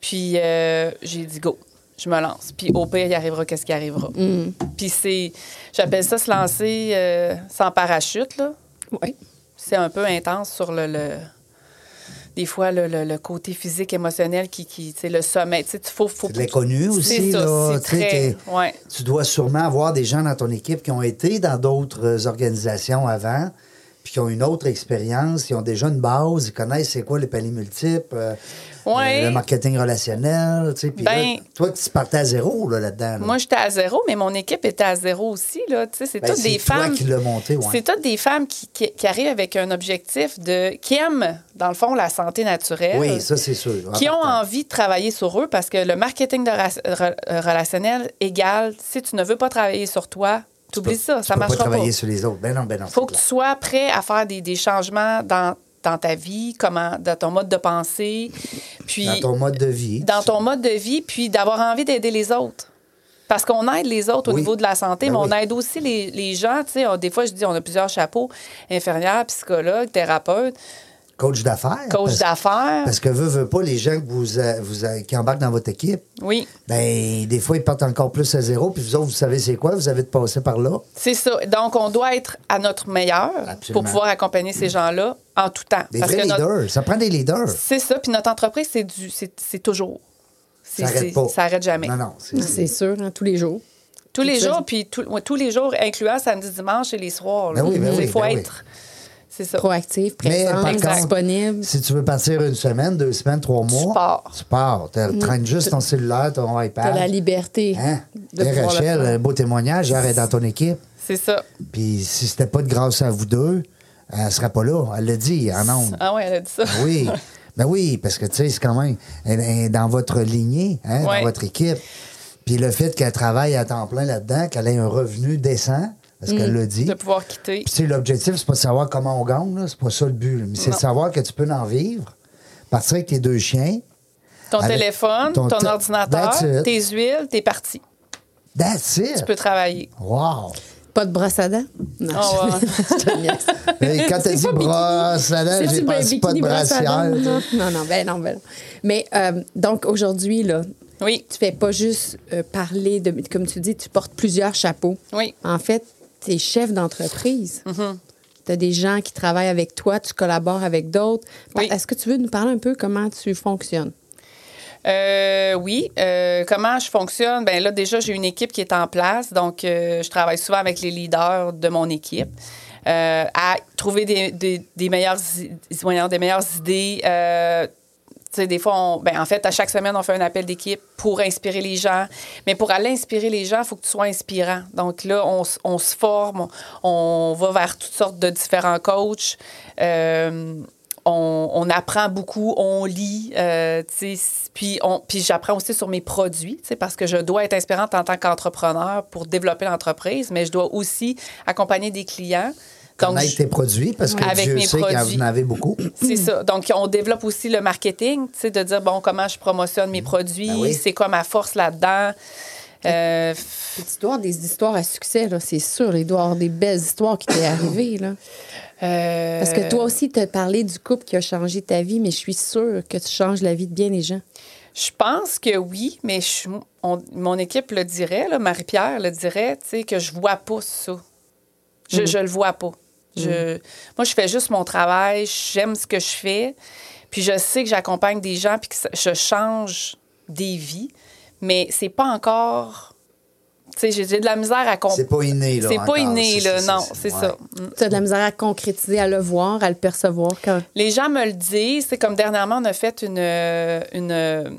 Puis euh, j'ai dit, go, je me lance. Puis au pire, il arrivera qu'est-ce qui arrivera. Puis c'est, j'appelle ça se lancer euh, sans parachute, là Oui. c'est un peu intense sur le, le- des fois le, le- le côté physique émotionnel qui qui c'est le sommet tu sais tu- faut faut C'est de l'inconnu aussi, c'est ça, là. c'est Tu sais, très- t'es- ouais. Tu dois sûrement avoir des gens dans ton équipe qui ont été dans d'autres euh, organisations avant, puis qui ont une autre expérience, ils ont déjà une base, ils connaissent c'est quoi les paliers multiples, euh, Ouais. euh, le marketing relationnel, tu sais. Puis Ben- là, toi, tu partais à zéro là, là-dedans. là. Moi, j'étais à zéro, mais mon équipe était à zéro aussi. Là. Tu sais, C'est Ben, toutes c'est des toi femmes. qui l'as monté, ouais. C'est toutes des femmes qui, qui- qui arrivent avec un objectif de. qui aiment, dans le fond, la santé naturelle. oui, ça, c'est sûr. Ah, qui ont Important. envie de travailler sur eux parce que le marketing de ra- re- euh, relationnel égale si tu ne veux pas travailler sur toi, t'oublies ça, Tu ça peux marchera pas travailler pas. sur les autres. Ben non, ben non. faut c'est que tu clair. sois prêt à faire des, des changements dans, dans ta vie, comment, dans ton mode de pensée, puis Dans ton mode de vie. dans ton mode de vie, puis d'avoir envie d'aider les autres. Parce qu'on aide les autres au Oui. niveau de la santé, Ben mais on oui. aide aussi les, les gens. Tu sais, on- des fois, je dis, on a plusieurs chapeaux infirmières, psychologues, thérapeutes, Coach d'affaires. parce- coach d'affaires. Parce que veut, veut pas, les gens que vous, euh, vous, euh, qui embarquent dans votre équipe, Oui, ben des fois, ils partent encore plus à zéro. Puis vous autres, vous savez c'est quoi, vous avez de passer par là. c'est ça. Donc, on doit être à notre meilleur Absolument. Mm. pour pouvoir accompagner ces gens-là en tout temps. Des Parce vrais que notre- leaders. Ça prend des leaders. C'est ça. Puis notre entreprise, c'est du, c'est c'est toujours. C'est- Ça n'arrête c'est- pas. Ça arrête jamais. Non, non. c'est- C'est sûr, hein, tous les jours. Tous les Ça, jours, puis tout- ouais, tous les jours, incluant samedi, dimanche et les soirs. Ben oui, ben oui, Il faut ben oui. être. C'est ça. Proactive, Mais par présente, contre- disponible. Si tu veux partir une semaine, deux semaines, trois mois, pars. Mm. Tu pars. Tu traînes juste ton cellulaire, ton iPad. T'as la liberté. Hein? de Hey, pouvoir le Rachel, euh. faire. un beau témoignage, elle est dans ton équipe. C'est ça. Puis si c'était pas de grâce à vous deux, elle ne serait pas là. Elle l'a dit en ondes. Ah oui, elle a dit ça. Oui. Ben oui, parce que tu sais, c'est quand même elle est dans votre lignée, hein, Ouais. dans votre équipe. Puis le fait qu'elle travaille à temps plein là-dedans, qu'elle ait un revenu décent, parce qu'elle l'a dit. Mm. De pouvoir quitter. Puis tu sais, l'objectif, c'est pas de savoir comment on gagne, là, c'est pas ça le but. là. Mais c'est de Non. savoir que tu peux en vivre, partir avec tes deux chiens. Ton Avec téléphone, ton ton, te- ordinateur, That's it. tes huiles, t'es parti. That's it! Tu peux travailler. Wow! Pas de brosse à dents? Non. Oh, ouais. je te niaise. Hey, quand t'as C'est dit pas bikini. brosse à dents, C'est-tu j'ai ben pensé pas de bikini brosse à dents, brassière. Non, non, non, ben non, ben non. Mais euh, donc aujourd'hui, là, Oui, tu fais pas juste euh, parler de. Comme tu dis, tu portes plusieurs chapeaux. oui, En fait, tu es chef d'entreprise. Mm-hmm. Tu as des gens qui travaillent avec toi, tu collabores avec d'autres. Par- Oui. Est-ce que tu veux nous parler un peu comment tu fonctionnes? Euh, oui. Euh, comment je fonctionne? Ben là, déjà, j'ai une équipe qui est en place. Donc, euh, je travaille souvent avec les leaders de mon équipe euh, à trouver des, des, des meilleures, i- voyons, des meilleures idées. euh, tu sais, des fois, on- ben, en fait, à chaque semaine, on fait un appel d'équipe pour inspirer les gens. Mais pour aller inspirer les gens, il faut que tu sois inspirant. Donc là, on, s- on se forme, on, on va vers toutes sortes de différents coachs. Euh, on, on apprend beaucoup, on lit, euh, tu sais, s- puis, on- puis j'apprends aussi sur mes produits, tu sais, parce que je dois être inspirante en tant qu'entrepreneur pour développer l'entreprise, mais je dois aussi accompagner des clients. Donc, Connaître je- tes produits, parce que Avec Dieu mes sait qu'il produits. y en avait beaucoup. c'est ça. Donc, on développe aussi le marketing, tu sais, de dire, bon, comment je promotionne mes produits, Ben oui. c'est quoi ma force là-dedans. Euh, Puis tu dois avoir des histoires à succès, là, c'est sûr. Il doit y avoir des belles histoires qui t'est arrivées. Là. euh, Parce que toi aussi, tu as parlé du couple qui a changé ta vie, mais je suis sûre que tu changes la vie de bien des gens. Je pense que oui, mais je suis- on- mon équipe le dirait, là, Marie-Pierre le dirait, tu sais, que je vois pas ça. Je, Mhm. je le vois pas. Je, moi, je fais juste mon travail, j'aime ce que je fais, puis je sais que j'accompagne des gens, puis que ça- je change des vies, mais c'est pas encore Tu sais, j'ai j'ai de la misère à C'est comprendre. pas inné, là. C'est pas encore. inné, C'est- là. c'est- Non, c'est- c'est ouais. ça. Tu as de la misère à concrétiser, à le voir, à le percevoir. Quand... Les gens me le disent. C'est comme dernièrement, on a fait une, euh, une. euh,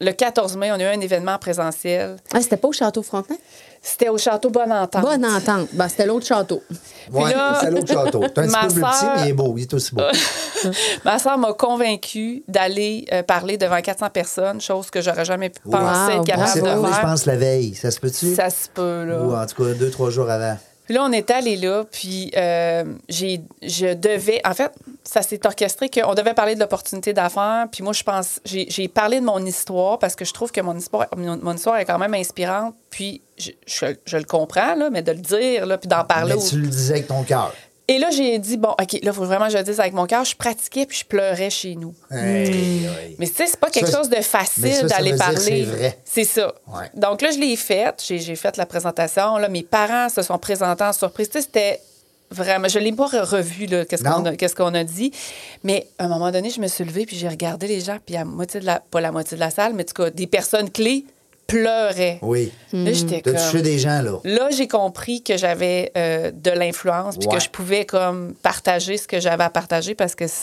Le 14 mai, on a eu un événement en présentiel. Ah, c'était pas au château Frontenac? C'était au château Bonne Entente. Bonne entente. Ben, c'était l'autre château. Ouais, Puis là- c'est l'autre château. C'est un Ma petit peu plus petit, sœur- mais il est beau. Il est aussi beau. Ma soeur m'a convaincue d'aller euh, parler devant 400 personnes, chose que j'aurais jamais pu Wow. penser Wow, être On capable s'est de parlé, je faire. pense, la veille. Ça se peut-tu? Ah, Ça se peut, là. Ou en tout cas, deux, trois jours avant. Puis là, on est allé là, puis euh, j'ai, je devais. En fait, ça s'est orchestré qu'on devait parler de l'opportunité d'affaires. Puis moi, je pense. J'ai, j'ai parlé de mon histoire parce que je trouve que mon histoire, mon, mon histoire est quand même inspirante. Puis je, je- je le comprends, là, mais de le dire, là, puis d'en parler. Mais au- tu le disais avec ton cœur. Et là, j'ai dit, bon, OK, là, il faut vraiment que je le dise avec mon cœur. Je pratiquais, puis je pleurais chez nous. Hey, hey. Hmm. Mais tu sais, c'est pas quelque Ça, chose de mais ça, ça facile veut d'aller dire que parler. c'est vrai. C'est ça. Ouais. Donc là, je l'ai faite. J'ai, j'ai fait la présentation. Là, mes parents se sont présentés en surprise. Tu sais, c'était vraiment. Je l'ai pas re- revu, là, qu'est-ce, Non. qu'on a, qu'est-ce qu'on a dit. Mais à un moment donné, je me suis levée, puis j'ai regardé les gens, puis à moitié de la. Pas la moitié de la salle, mais en tout cas, des personnes clés pleuraient. Oui. Là, j'étais T'as comme. touché Oh. des gens, là. Là, j'ai compris que j'avais euh, de l'influence, puis Ouais. que je pouvais comme partager ce que j'avais à partager parce que c-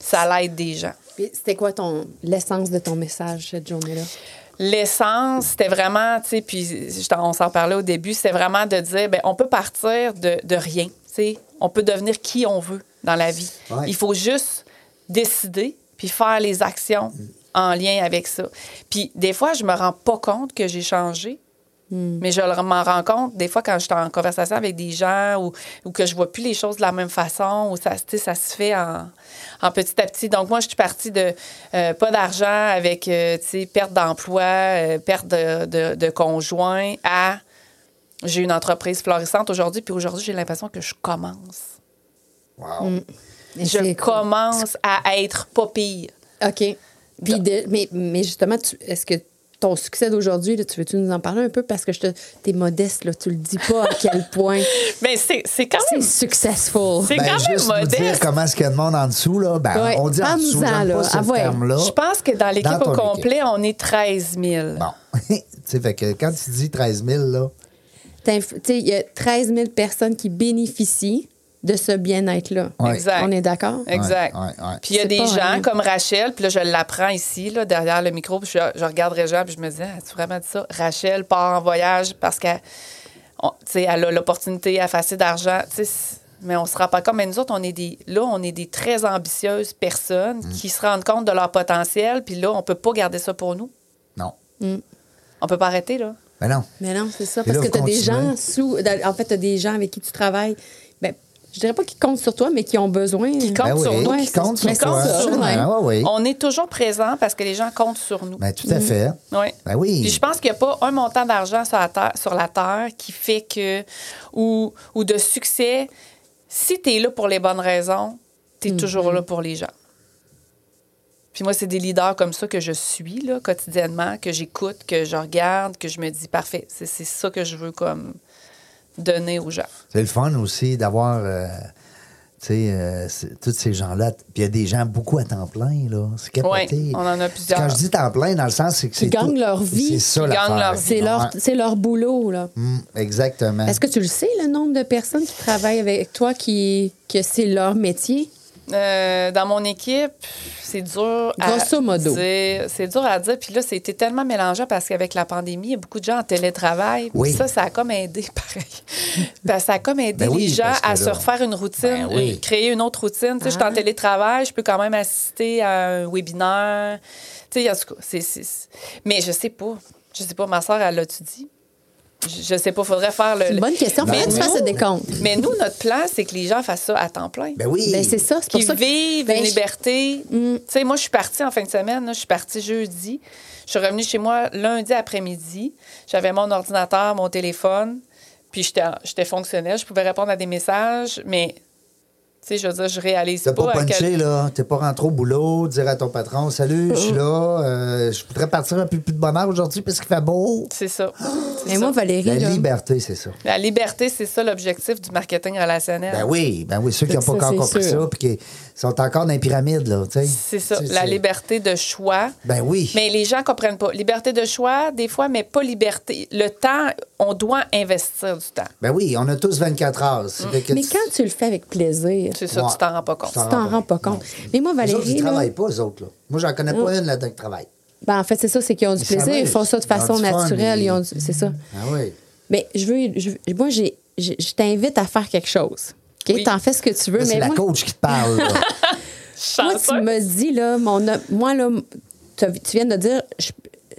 ça l'aide des gens. Puis C'était quoi ton l'essence de ton message cette journée-là? L'essence, c'était vraiment, tu sais, puis je t'en- on s'en parlait au début, c'était vraiment de dire, ben, on peut partir de, de rien, tu sais, on peut devenir qui on veut dans la vie. Ouais. Il faut juste décider puis faire les actions Mm. en lien avec ça. Puis des fois, je me rends pas compte que j'ai changé, Mm. mais je le- m'en rends compte des fois quand je suis en conversation avec des gens ou, ou que je vois plus les choses de la même façon ou ça, tu sais, ça se fait en, en petit à petit. Donc moi, je suis partie de euh, pas d'argent avec euh, tu sais, perte d'emploi, euh, perte de, de- de conjoint à j'ai une entreprise florissante aujourd'hui, puis aujourd'hui, j'ai l'impression que je commence. Wow. Et Je c'est- commence à être pas pire. OK. Puis de- mais, mais justement, tu- est-ce que ton succès d'aujourd'hui, là, tu veux-tu nous en parler un peu? Parce que je te, t'es modeste, là, tu le dis pas à quel point Mais c'est c'est quand c'est même. successful. C'est Ben, quand même juste nous dire modeste. comment est-ce qu'il y a de monde en dessous, là. Ben, Ouais, on dit en dessous, parle-nous-en, j'aime là. pas ce Ah ouais. terme-là. Je pense que dans l'équipe Dans ton au équipe. complet, on est 13 000. Bon. tu sais, fait que quand tu dis 13 000, là, T'inf- tu sais, Il y a 13 000 personnes qui bénéficient de ce bien-être-là. Ouais. Exact. On est d'accord? Exact. Ouais, ouais, ouais. Puis il y a C'est des pas gens rien. comme Rachel, puis là, je l'apprends ici, là, derrière le micro, puis je, je regarde Réjean, puis je me dis, ah, tu vraiment dit ça? Rachel part en voyage parce qu'elle on- tu sais, elle a l'opportunité, elle fait assez d'argent. Tu sais, c- Mais on se rend pas compte. Mais nous autres, on est des, là, on est des très ambitieuses personnes Mm. qui se rendent compte de leur potentiel, puis là, on peut pas garder ça pour nous. non. On peut pas arrêter, là. Ben non. Mais non, c'est ça. Et Parce là, que vous tu as des continuez. gens sous. dans- En fait, tu as des gens avec qui tu travailles. Ben, je dirais pas qu'ils comptent sur toi, mais qui ont besoin. Qui comptent Ben sur oui, nous, qui compte sur mais toi. comptent sur nous, Ben ouais. ouais, oui. On est toujours présent parce que les gens comptent sur nous. Ben, tout à fait. Oui. Ben oui. Puis je pense qu'il n'y a pas un montant d'argent sur, la terre- sur la Terre qui fait que. ou, ou de succès. Si tu es là pour les bonnes raisons, Mhm. tu es toujours là pour les gens. Puis moi, c'est des leaders comme ça que je suis là, quotidiennement, que j'écoute, que je regarde, que je me dis parfait, c'est c'est ça que je veux comme donner aux gens. C'est le fun aussi d'avoir, euh, tu sais, euh, c'est- tous ces gens-là. Puis il y a des gens beaucoup à temps plein, là. C'est capoté. Ouais, on en a plusieurs. Quand je dis temps plein, dans le sens, c'est que c'est. gagnent tout- leur vie. C'est ça Qui l'affaire. gagnent leur vie. C'est leur, Ben Ouais. c'est leur boulot, là. Hum, exactement. Est-ce que tu le sais, le nombre de personnes qui travaillent avec toi qui que c'est leur métier? Euh, dans mon équipe, c'est dur à Grosso modo. dire. C'est dur à dire. Puis là, c'était tellement mélangeant parce qu'avec la pandémie, il y a beaucoup de gens en télétravail. Puis Oui. Ça, ça a comme aidé, pareil. Ben, ça a comme aidé Ben oui, les gens parce que à là- se refaire une routine, Ben oui. une- créer une autre routine. Tu sais, je Ah. suis en télétravail, je peux quand même assister à un webinaire. Tu sais, en tout cas, c'est- c'est- c'est- Mais je sais pas. Je sais pas. Ma soeur, elle l'a-tu dit? Je, je sais pas. Faudrait faire le... C'est une bonne question. Mais Faudrait que tu fasses nous- le décompte. Mais nous, notre plan, c'est que les gens fassent ça à temps plein Ben oui. Ben, c'est ça. C'est pour qui ça que- vivent Ben, je- une Mm. liberté. Tu sais, moi, je suis partie en fin de semaine. là, je suis partie jeudi. Je suis revenue chez moi lundi après-midi. J'avais mon ordinateur, mon téléphone. Puis j'étais j'étais fonctionnelle. Je pouvais répondre à des messages, mais sais, je veux dire, je réalise T'as pas, pas à quel punché, là. T'es pas rentré au boulot, dire à ton patron, salut, je suis là, euh, je voudrais partir un peu plus de bonheur aujourd'hui parce qu'il fait beau. C'est ça. Mais C'est ça. moi, Valérie, La là, liberté, c'est ça. La liberté, c'est ça l'objectif du marketing relationnel. Ben oui, ben oui, ceux qui n'ont pas Ça, encore c'est compris sûr. ça, puis qui sont encore dans les pyramides, là, tu sais. C'est ça, Tu sais, la c'est- liberté de choix. Ben oui. Mais les gens comprennent pas. Liberté de choix, des fois, mais pas liberté. Le temps, on doit investir du temps. Ben oui, on a tous 24 heures. Ça fait que mais tu- quand tu le fais avec plaisir, tu C'est ça, Ouais. tu t'en rends pas compte. Ça- t'en rends pas compte. Mais moi, Les autres, ils Valérie, là, Oh. travaillent pas, eux autres, là. Moi, j'en connais pas une, là-dedans qui travaille. ben, en fait, c'est ça, c'est qu'ils ont du Ils plaisir, ils s'amusent. font ça de Ils ont façon du fun, naturelle, ils- ils ont du- c'est ça. Ah oui. Mais je veux, je veux- moi, j'ai- je, je t'invite à faire quelque chose. OK? Oui. T'en fais ce que tu veux, Là, mais C'est la moi, coach qui te parle, là. moi, tu Chanceux. me dis, là, mon, moi, là, t'as- tu viens de dire, je,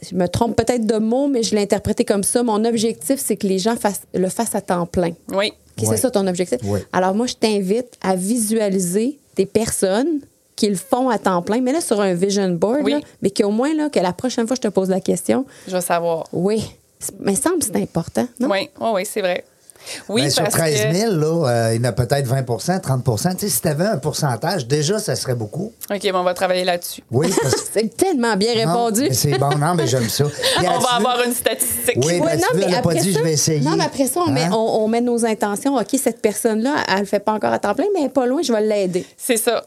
je me trompe peut-être de mots, mais je l'ai interprété comme ça. Mon objectif, c'est que les gens fassent, le fassent à temps plein. Oui. Ok, Ouais. C'est ça ton objectif. Ouais. Alors, moi, je t'invite à visualiser des personnes qui le font à temps plein, mais là, sur un vision board, Oui. là, mais qui au moins, là, que la prochaine fois que je te pose la question, Je veux savoir. oui, C'est- mais semble que c'est important, non? Oui, oui, oui, c'est vrai. Oui, Ben, sur parce 13 que- 000, là, euh, il y en a peut-être 20 30 Tu sais, si tu avais un pourcentage, déjà, ça serait beaucoup. OK, ben, on va travailler là-dessus. Oui, parce que. C'est tellement bien Non, répondu. mais C'est bon, non, mais j'aime ça. Puis On là-dessus- va avoir une statistique. Oui. Eh ben, Ouais, tu veux, elle a pas dit, je vais essayer. Non, mais après ça, on, met, Hein? on, on met nos intentions. OK, cette personne-là, elle le fait pas encore à temps plein, mais elle est pas loin, je vais l'aider. C'est ça.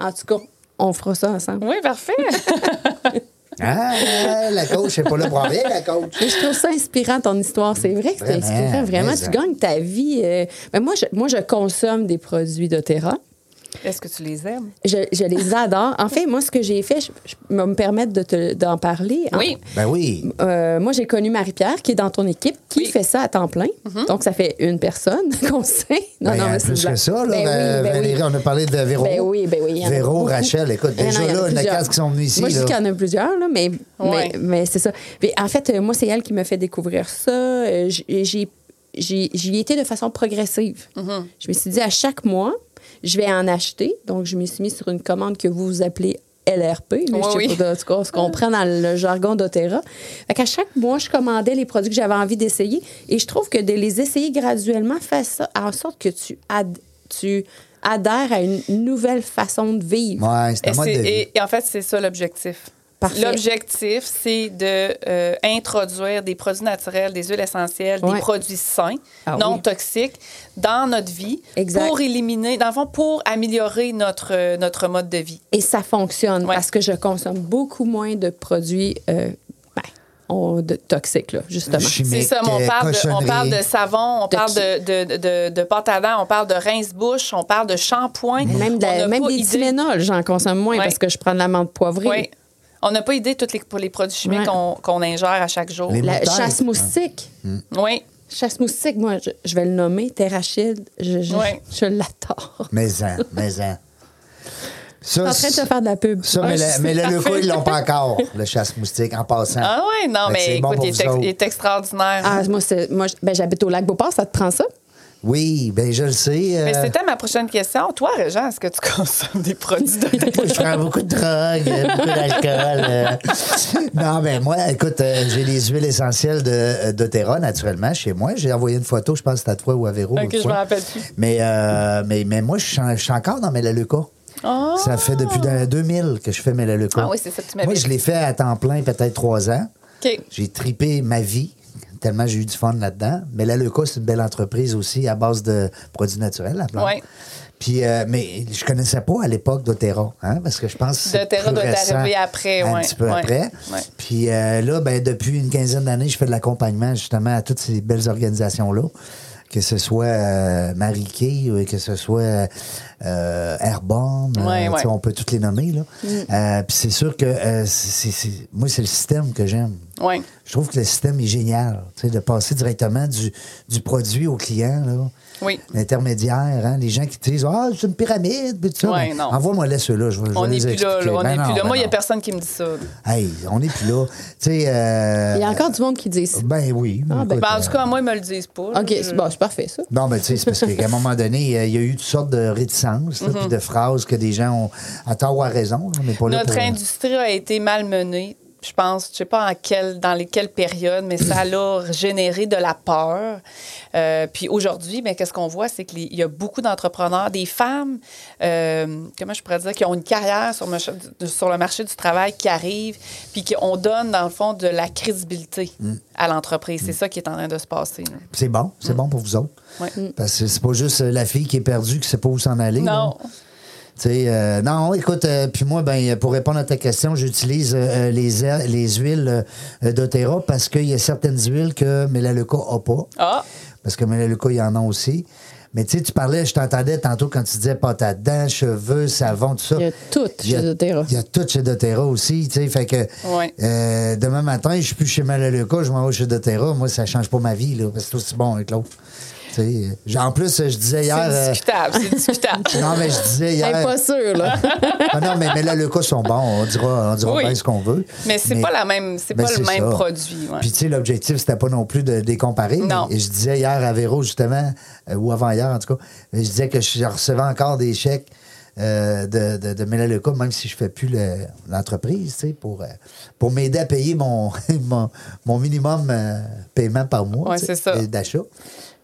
En tout cas, on fera ça ensemble. Oui, parfait. Ah, la coach, c'est pas là pour rien, la coach. Mais je trouve ça inspirant, ton histoire. C'est vrai que c'est Vraiment, inspirant. Vraiment, mais tu ça. gagnes ta vie. euh, ben moi, je, moi, je consomme des produits de Terra. Est-ce que tu les aimes? Je, je les adore. En fait, moi, ce que j'ai fait, je, je vais me permettre de te- d'en parler. En- Oui. Ben oui. Euh, moi, j'ai connu Marie-Pierre, qui est dans ton équipe, qui Oui. Mhm. fait ça à temps plein. Donc, ça fait une personne qu'on sait. Non, Ben, non, mais c'est plus une que blague. ça, là, Ben oui, Val- ben oui. Valérie, on a parlé de Véro. Ben oui, ben oui, il y en a Véro, beaucoup. Rachel, écoute, Ah non, déjà, il y là, il en a y en a plusieurs. quatre qui sont venus ici. Moi, je dis là. qu'il y en a plusieurs, là, mais, Ouais. mais, mais c'est ça. Mais en fait, euh, moi, c'est elle qui me fait découvrir ça. Euh, j'ai- j'ai- j'ai- J'y étais de façon progressive. Mhm. Je me suis dit, à chaque mois, je vais en acheter. Donc, je me suis mis sur une commande que vous vous appelez LRP. mais Ouais, je sais oui. pas, en tout cas, on se comprend dans le jargon d'Otera. Fait qu'à chaque mois, je commandais les produits que j'avais envie d'essayer. Et je trouve que de les essayer graduellement fait ça en sorte que tu, ad- tu adhères à une nouvelle façon de vivre. Ouais, c'est Et, un mode de c'est- vie. et- et en fait, c'est ça l'objectif. Parfait. L'objectif, c'est de euh, introduire des produits naturels, des huiles essentielles, Ouais. des produits sains, Ah non oui. toxiques, dans notre vie, Exact. pour éliminer, dans le fond, pour améliorer notre, euh, notre mode de vie. Et ça fonctionne Ouais. parce que je consomme beaucoup moins de produits euh, ben, on- de toxiques, là, justement. C'est Chimique, ça, mais on euh, parle, de, on cochonnerie. parle de savon, on De parle qui? de, de, de, de pâte à dents, on parle de rince-bouche, on parle de shampoing. Même, de On la- n'a même pas des idée- Tylenol, j'en consomme moins Ouais. parce que je prends de l'amande poivrée. Oui. On n'a pas idée toutes les, pour les produits chimiques Ouais. qu'on qu'on ingère à chaque jour. Les La moutardes. chasse moustique. Oui. Chasse moustique, moi, je, je vais le nommer Terrachide. Je, je, Ouais. je l'adore. Mais en, mais en. Je suis Ça, en train de te faire de la pub. ça, Ouais, mais, je le, mais sais. le leuco, ils l'ont pas encore, le chasse-moustique, en passant. Ah oui, non, Fait que mais Ben, c'est bon écoute, pour il, vous est ex- autres. il est extraordinaire. Ah, moi, c'est- moi, je- ben, j'habite au lac Beauport, ça te prend ça? Oui, ben je le sais. euh, Mais c'était ma prochaine question. Toi, Réjean, est-ce que tu consommes des produits de Moi, je prends beaucoup de drogue, euh, beaucoup d'alcool. euh. Non, mais moi, écoute, euh, j'ai les huiles essentielles de d'Otera, naturellement, chez moi. J'ai envoyé une photo, je pense, c'était à toi ou à Véro. Ok, l'autre je fois. me rappelle plus. Mais, euh, mais, mais moi, je suis en- je suis encore dans mes Laluca. Ah! Ça fait depuis de- 2000 que je fais mes Laluca. Ah oui, c'est ça que tu m'avais Moi, je l'ai fait à temps plein, peut-être trois ans. OK. J'ai tripé ma vie, tellement j'ai eu du fun là-dedans. Mais la Leuca, c'est une belle entreprise aussi à base de produits naturels, la plante. Ouais. Puis, euh, mais je connaissais pas à l'époque d'Otera, hein, parce que je pense que c'est Doterra plus doit récent, arriver après, un ouais, petit peu ouais, après. ouais. Puis euh, là, ben, depuis une quinzaine d'années, je fais de l'accompagnement justement à toutes ces belles organisations-là, que ce soit euh, Marie Kay ou que ce soit euh, Airborne, euh, Ouais, tu sais, ouais. Mm. on peut toutes les nommer. Là. Euh, puis c'est sûr que euh, c'est- c'est- c'est- moi, c'est le système que j'aime. Oui. Je trouve que le système est génial, tu sais, de passer directement du, du produit au client. Là. Oui. L'intermédiaire, hein, les gens qui te disent Ah, c'est une pyramide, puis tout ça. Ouais, Ben, non. Envoie-moi-les ceux-là, je vais je On vais n'est les plus là, expliquer. là. On Ben n'est non, plus là. ben Moi, il n'y a non. personne qui me dit ça. Hey, on n'est plus là. tu sais. euh, Il y a encore du monde qui dit ça. Ben oui. Ah, ben- écoute, Ben, en euh, tout cas, moi, ils me le disent pas. OK, Je- c'est bon, c'est parfait, ça. Non, mais tu sais, c'est parce qu'à un moment donné, euh, il y a eu toutes sortes de réticences, là, Mhm. puis de phrases que des gens ont à tort ou à raison. là, On n'est pas là Notre pour- industrie a été malmenée je pense, je sais pas en quelle, dans les- quelle période, mais ça a généré de la peur. Euh, puis aujourd'hui, ben, qu'est-ce qu'on voit, c'est qu'il y a beaucoup d'entrepreneurs, des femmes, euh, comment je pourrais dire, qui ont une carrière sur, mach- de- sur le marché du travail qui arrivent, puis qu'on donne, dans le fond, de la crédibilité Mm. à l'entreprise. C'est ça qui est en train de se passer. là. C'est bon, c'est bon pour vous autres. Mhm. Ouais. Parce que c'est pas juste euh, la fille qui est perdue qui sait pas où s'en aller. là. Non. Tu sais, euh, non, écoute, euh, puis moi, ben, euh, pour répondre à ta question, j'utilise euh, euh, les, air- les huiles euh, euh, d'Otera parce qu'il y a certaines huiles que Melaleuca n'a pas. Ah, Parce que Melaleuca, il y en a aussi. Mais tu sais, tu parlais, je t'entendais tantôt quand tu disais pâte à dents, cheveux, savon, tout ça. Il y a tout Il y a- chez Doterra. Il y a tout chez Doterra aussi, tu sais. Fait que Ouais. euh, demain matin, je suis plus chez Melaleuca, je m'en vais chez Doterra. Moi, ça change pas ma vie, là, parce que c'est aussi bon avec l'autre. Tu sais, euh, j'ai- en plus, euh, je disais hier... c'est euh, discutable, c'est discutable. non, mais je disais hier... Hey, pas sûr, là. Ah non, mais, mais là, le cas sont bons. On dira, on dira Oui. bien ce qu'on veut. Mais c'est pas la même- c'est mais ben, pas le c'est même ça. produit, ouais. Puis, tu sais, l'objectif, c'était pas non plus de, de les comparer. Non. mais- et je disais hier à Véro, justement, euh, ou avant-hier, en tout cas, je disais que je recevais encore des chèques euh, de, de, de Melaleuca, même si je fais plus le- l'entreprise, tu sais, pour, euh, pour m'aider à payer mon, mon, mon minimum euh, paiement par mois Ouais, tu sais, c'est ça. d'achat.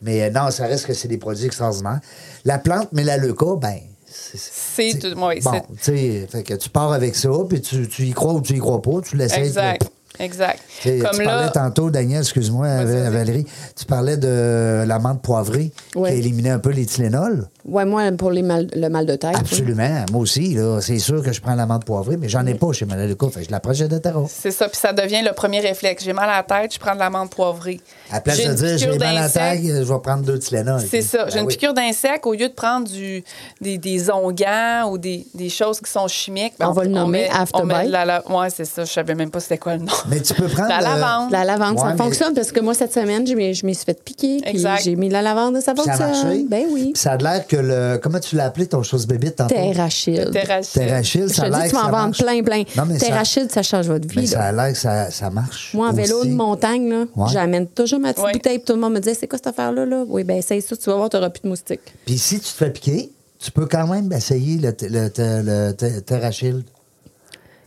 Mais euh, non, ça reste que c'est des produits extraordinaires. La plante Melaleuca, ben, c'est C'est tu sais, tout- ouais, bon, c'est- tu sais, fait que tu pars avec ça, puis tu, tu y crois ou tu y crois pas, tu l'essayes. Exact, puis- exact. tu sais, Comme tu parlais là, tantôt, Daniel, excuse-moi, Vas-y, vas-y. Valérie, tu parlais de l'amande poivrée Ouais. qui a éliminé un peu les Tylenol. Ouais, moi, pour les mal- le mal de tête. là. Absolument, moi aussi, là, c'est sûr que je prends l'amande poivrée, mais j'en ai pas chez Malaleuca, fait que je la prends chez Doterra. C'est ça, puis ça devient le premier réflexe. J'ai mal à la tête, je prends de l'amande poivrée. À place de une dire, j'ai piqûre mal à la d'insecte. tête, je vais prendre deux Tylenol. C'est ça. J'ai Ben une oui. piqûre d'insecte, au lieu de prendre du, des, des onguents ou des, des choses qui sont chimiques. ben, On va le nommer met- on met Afterbite. de la, la- ouais, c'est ça. Je savais même pas c'était quoi le nom. Mais tu peux prendre. La euh, lavande. La lavande, Ouais, ça mais- fonctionne parce que moi, cette semaine, je m'ai- je m'y suis fait piquer. puis Exact. J'ai mis de la lavande, ça puis Ça fonctionne. a marché. Ben oui. Puis Ça a l'air que le. Comment tu l'as appelé ton chose bébé tantôt? Terrachide. Terrachide. Terrachil, Je ça a te l'air dis, que tu vas ça en vendre marche. plein, plein. Non, mais ça- Terrachide, ça change votre Mais vie. Ben, ça là. a l'air que ça, ça marche. Moi, en vélo aussi. de montagne, là, Ouais. j'amène toujours ma petite Ouais. bouteille. puis Tout le monde me disait, c'est quoi cette affaire-là? Là? Oui, ben essaye ça, tu vas voir, tu n'auras plus de moustiques. Puis si tu te fais piquer, tu peux quand même essayer le, t- le, t- le t- Terra Shield.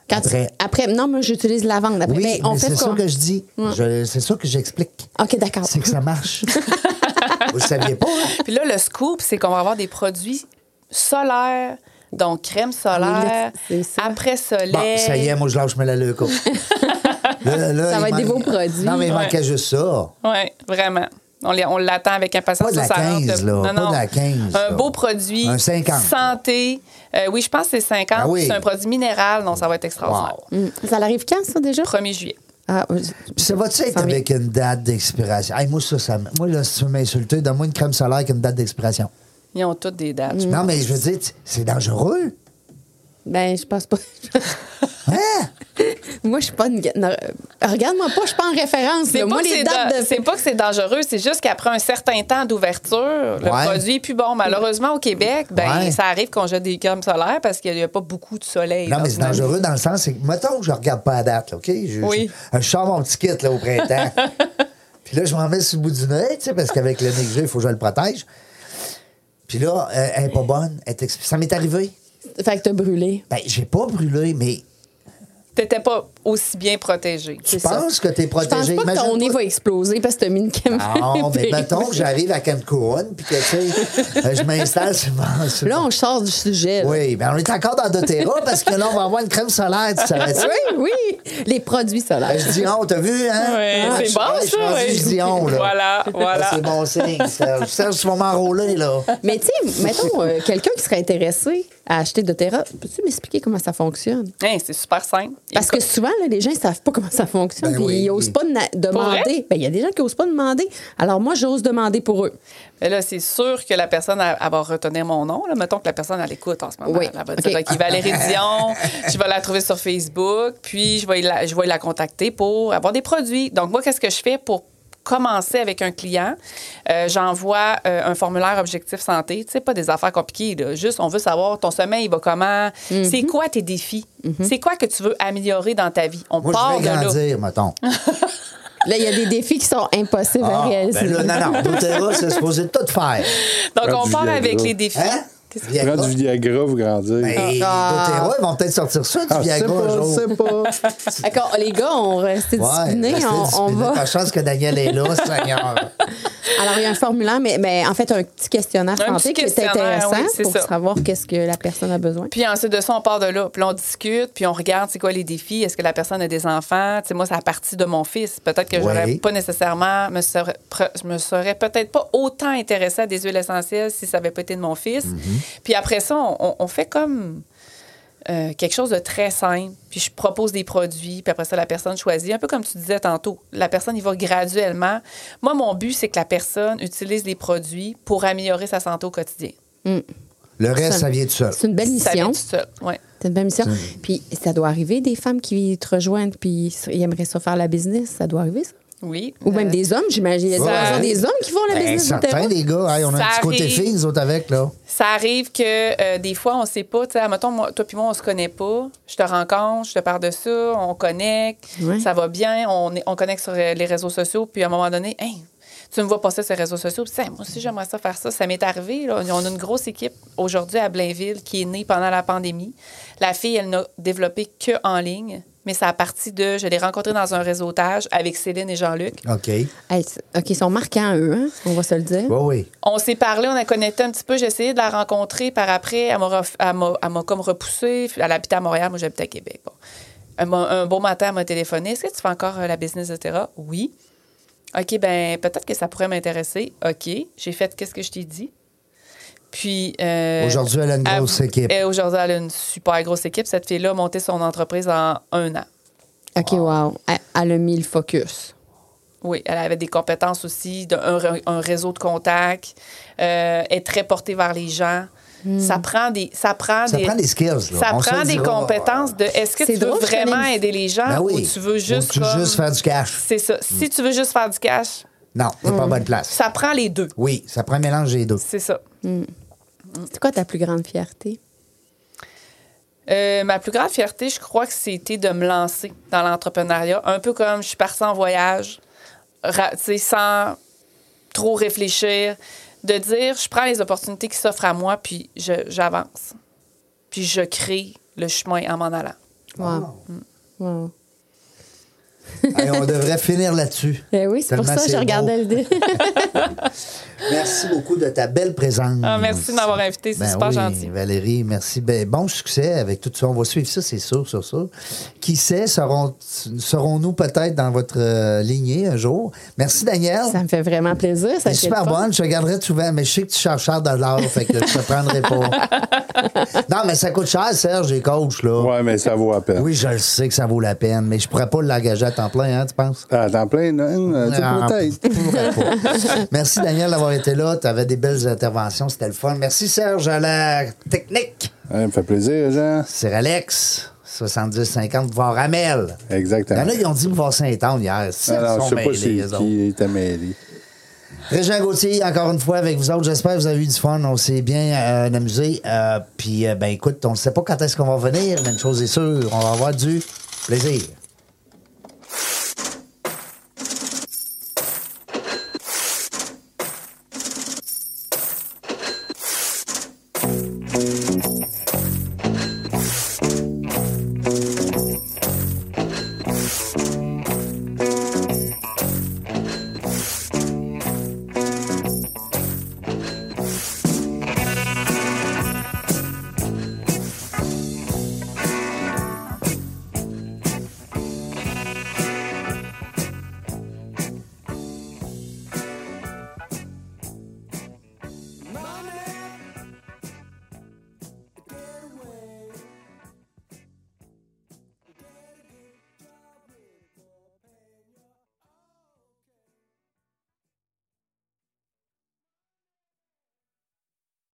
Quand tu- Après. après, non, moi, j'utilise la lavande. Après, Oui, ben, on mais fait c'est ce ça qu'on- que je dis. Je- C'est ça que j'explique. OK, d'accord. C'est que ça marche. Vous le saviez pas, hein? Puis là, le scoop, c'est qu'on va avoir des produits solaires, donc crème Ah, solaire, c'est ça. après soleil. Bon, ça y est, moi, je lâche mes la leuco. Là- là, Ça il va être des manque- beaux produits. Non, mais il Ouais. manquait juste ça. Oui, vraiment. On les- on l'attend avec impatience. Pas de la Ça, ça rentre 15, là. Pas de la 15, Un là. beau produit. Un 50. Santé. Euh, oui, je pense que c'est 50. Ah oui. C'est un produit minéral. Non, ça va être extraordinaire. Mm. Ça arrive quand, ça, déjà? 1er juillet. Ah, euh, Puis ça va-tu être Ça vient. avec une date d'expiration? Hey, moi, ça, ça m- moi, là, si tu veux m'insulter, donne-moi une crème solaire avec une date d'expiration. Ils ont toutes des Mm. dates. Non, mais je veux dire, t- c'est dangereux. ben, je pense pas. Hein? moi, je suis pas une. non, euh, Regarde-moi pas, je suis pas en référence. C'est là. pas, Moi, que les c'est dates da- de. c'est pas que c'est dangereux, c'est juste qu'après un certain temps d'ouverture, le Ouais. produit est plus bon. Malheureusement, au Québec, ben, Ouais. ça arrive qu'on jette des crèmes solaires parce qu'il n'y a pas beaucoup de soleil. Non, là, mais c'est au final. dangereux dans le sens, c'est que, mettons que je regarde pas la date, là, OK? Je, Oui. je, je sors mon petit kit là, au printemps. Puis là, je m'en mets sur le bout du nez, tu sais, parce qu'avec le nez que j'ai, il faut que je le protège. Puis là, euh, elle n'est pas bonne. elle est exp- ça m'est arrivé. Fait que t'as brûlé. Ben, j'ai pas brûlé, mais T'étais pas aussi bien protégé. tu penses que tu es Je pense protégé. pas que Imagine ton nez va exploser parce que t'as mis une caméra. Ah, Non, mais mettons que j'arrive à Cancun, puis que, tu sais, euh, je m'installe sur mon... sur Là, mon- on sort du sujet. là. Oui, mais on est encore dans doTERRA, parce que là, on va avoir une crème solaire, tu savais ça? Oui, oui. Les produits Ben, solaires. Je dis on, t'as vu, hein? Ouais, Ah, c'est je- bon, je- ça, Je, ouais. je dis on, là. Voilà, voilà. Ah, C'est bon signe, Serge. Serge, tu vas m'enrôler, là. Mais tu sais, mettons, euh, quelqu'un qui serait intéressé à acheter de Terra, peux-tu m'expliquer comment ça fonctionne? Hein, c'est super simple. Parce que souvent, là, les gens ne savent pas comment ça fonctionne, Ben puis oui. ils n'osent pas na- demander. vrai? Ben, Il y a des gens qui n'osent pas demander. Alors moi, j'ose demander pour eux. Mais là, c'est sûr que la personne, elle, elle va retenir mon nom. Là. Mettons que la personne, elle écoute en ce moment. Oui. Elle va OK. dire, OK, Valérie Dion, je vais la trouver sur Facebook, puis je vais, la, je vais la contacter pour avoir des produits. Donc, moi, qu'est-ce que je fais pour commencer avec un client? Euh, J'envoie euh, un formulaire objectif santé. Tu sais, pas des affaires compliquées. là. Juste, on veut savoir ton sommeil, il va comment? Mhm. C'est quoi tes défis? C'est quoi que tu veux améliorer dans ta vie? On Moi, part je de vais là. Ben, grandir, mettons. Là, il y a des défis qui sont impossibles à Ah, réaliser. ben là, non, non, doTERRA, c'est supposé tout faire. Donc, Faire on du part Viagra. avec les défis. Hein? Qu'est-ce que- Viagra. Prends du Viagra, vous grandir. Ben, Ah. Botero, ils vont peut-être sortir ça, du Ah, je sais Viagra un pas, jour. je sais pas. D'accord, les gars, on reste disciplinés. restez on, on disciplinés. va. Pas chance que Daniel est là, Seigneur. Alors, il y a un formulaire, mais, mais en fait, un petit questionnaire Un santé petit qui est questionnaire, intéressant oui, c'est pour ça. savoir qu'est-ce que la personne a besoin. Puis ensuite de ça, on part de là. Puis on discute, puis on regarde c'est quoi les défis. Est-ce que la personne a des enfants? Tu sais, moi, c'est la partie de mon fils. Peut-être que j'aurais Oui. pas nécessairement, me serais, pre- je me serais peut-être pas autant intéressée à des huiles essentielles si ça avait pas été de mon fils. Puis après ça, on- on, on fait comme euh, quelque chose de très simple. Puis je propose des produits, puis après ça, la personne choisit. Un peu comme tu disais tantôt, la personne y va graduellement. Moi, mon but, c'est que la personne utilise les produits pour améliorer sa santé au quotidien. Le reste, ça vient de seul. C'est une belle euh, Ça vient mission. tout seul. Ouais. C'est une belle mission. Puis ça doit arriver des femmes qui te rejoignent puis ils aimeraient ça faire la business. Ça doit arriver, ça. Oui. Ou même Euh, des hommes, j'imagine. Il y a Ouais. toujours des hommes qui font la Ben, business. du certains, terrain. les gars. Hey, on a Ça un petit côté arrive. filles, nous autres, avec, là. Ça arrive que euh, des fois, on sait pas. Tu sais, admettons, moi, toi puis moi, on se connaît pas. Je te rencontre, je te parle de ça, on connecte, Ouais. ça va bien, on, est- on connecte sur euh, les réseaux sociaux. Puis à un moment donné, hey, tu me vois passer sur les réseaux sociaux. Puis, tiens, moi aussi, j'aimerais ça faire ça. Ça m'est arrivé. là. On a une grosse équipe aujourd'hui à Blainville qui est née pendant la pandémie. La fille, elle n'a développé que en ligne. Mais c'est à partir de. Je l'ai rencontrée dans un réseautage avec Céline et Jean-Luc. OK. Oui, Hey, c'est- OK, ils sont marquants, eux, hein? on va se le dire. oui. On s'est parlé, on a connecté un petit peu. J'ai essayé de la rencontrer par après. Elle m'a ref- elle m'a elle m'a comme repoussée. Elle habitait à Montréal, moi j'habitais à Québec. Bon. Un, mo- un beau matin, elle m'a téléphoné. Est-ce que tu fais encore euh, la business, etc.? Oui. OK, ben peut-être que ça pourrait m'intéresser. OK. J'ai fait qu'est-ce que je t'ai dit. Puis. euh, Aujourd'hui, elle a une grosse elle- équipe. elle, Aujourd'hui, elle a une super grosse équipe. Cette fille-là a monté son entreprise en un an. OK, wow. Elle, elle a mis le focus. Oui, elle avait des compétences aussi, de- un, ré- un réseau de contacts, euh, est très portée vers les gens. Ça prend des ça prend Hmm. Ça des prend des skills, là. ça On se prend le des dira. euh, compétences de est-ce que C'est tu veux drôle, je connais vraiment une- aider les gens Ben oui. Ah, ou tu veux juste Ou tu veux comme- juste faire Hmm. du cash. C'est ça. Si tu veux juste faire du cash, Non, c'est pas bonne place. ça prend les deux. Oui, ça prend un mélange des deux. C'est ça. C'est quoi ta plus grande fierté? Euh, ma plus grande fierté, je crois que c'était de me lancer dans l'entrepreneuriat, un peu comme je suis partie en voyage, ra- tu sais, sans trop réfléchir, de dire je prends les opportunités qui s'offrent à moi, puis je- j'avance. Puis je crée le chemin en m'en allant. Wow. Wow. Hey, on devrait finir là-dessus. Ben oui, c'est pour Tellement ça que je beau. regardais le dé. Merci beaucoup de ta belle présence. Ah, merci de m'avoir invité, c'est Ben super oui, gentil. Valérie, merci. Ben, bon succès avec tout ça. On va suivre ça, c'est sûr, sur ça. Qui sait, serons- serons-nous peut-être dans votre euh, lignée un jour. Merci, Daniel. ça me fait vraiment plaisir. Ça T'es fait super le fun. bonne, je te garderai souvent, mais je sais que tu cherches cher de l'or, fait que je te prendrai pas. non, mais ça coûte cher, Serge, les coachs, là. Ouais, mais ça vaut à peine. Oui, je le sais que ça vaut la peine, mais je pourrais pas l'engager à temps plein, hein, tu penses? Ah, t'en plein, non? euh, tu Ah, peut-être. pourrais pas. Merci Daniel d'avoir été là. Tu avais des belles interventions, c'était le fun. Merci Serge à la technique. Ouais, me fait plaisir, Jean. C'est Alex, 70-50, voir Amel. Il y Exactement. en a qui ont dit voir Saint-Anne hier. C'est Ah, non, sont je sais pas mêlés, si eux autres. qui était mêlé. Régent Gauthier, encore une fois avec vous autres. J'espère que vous avez eu du fun. On s'est bien euh, amusé. Euh, Puis, euh, ben écoute, on ne sait pas quand est-ce qu'on va venir, mais une chose est sûre, on va avoir du plaisir.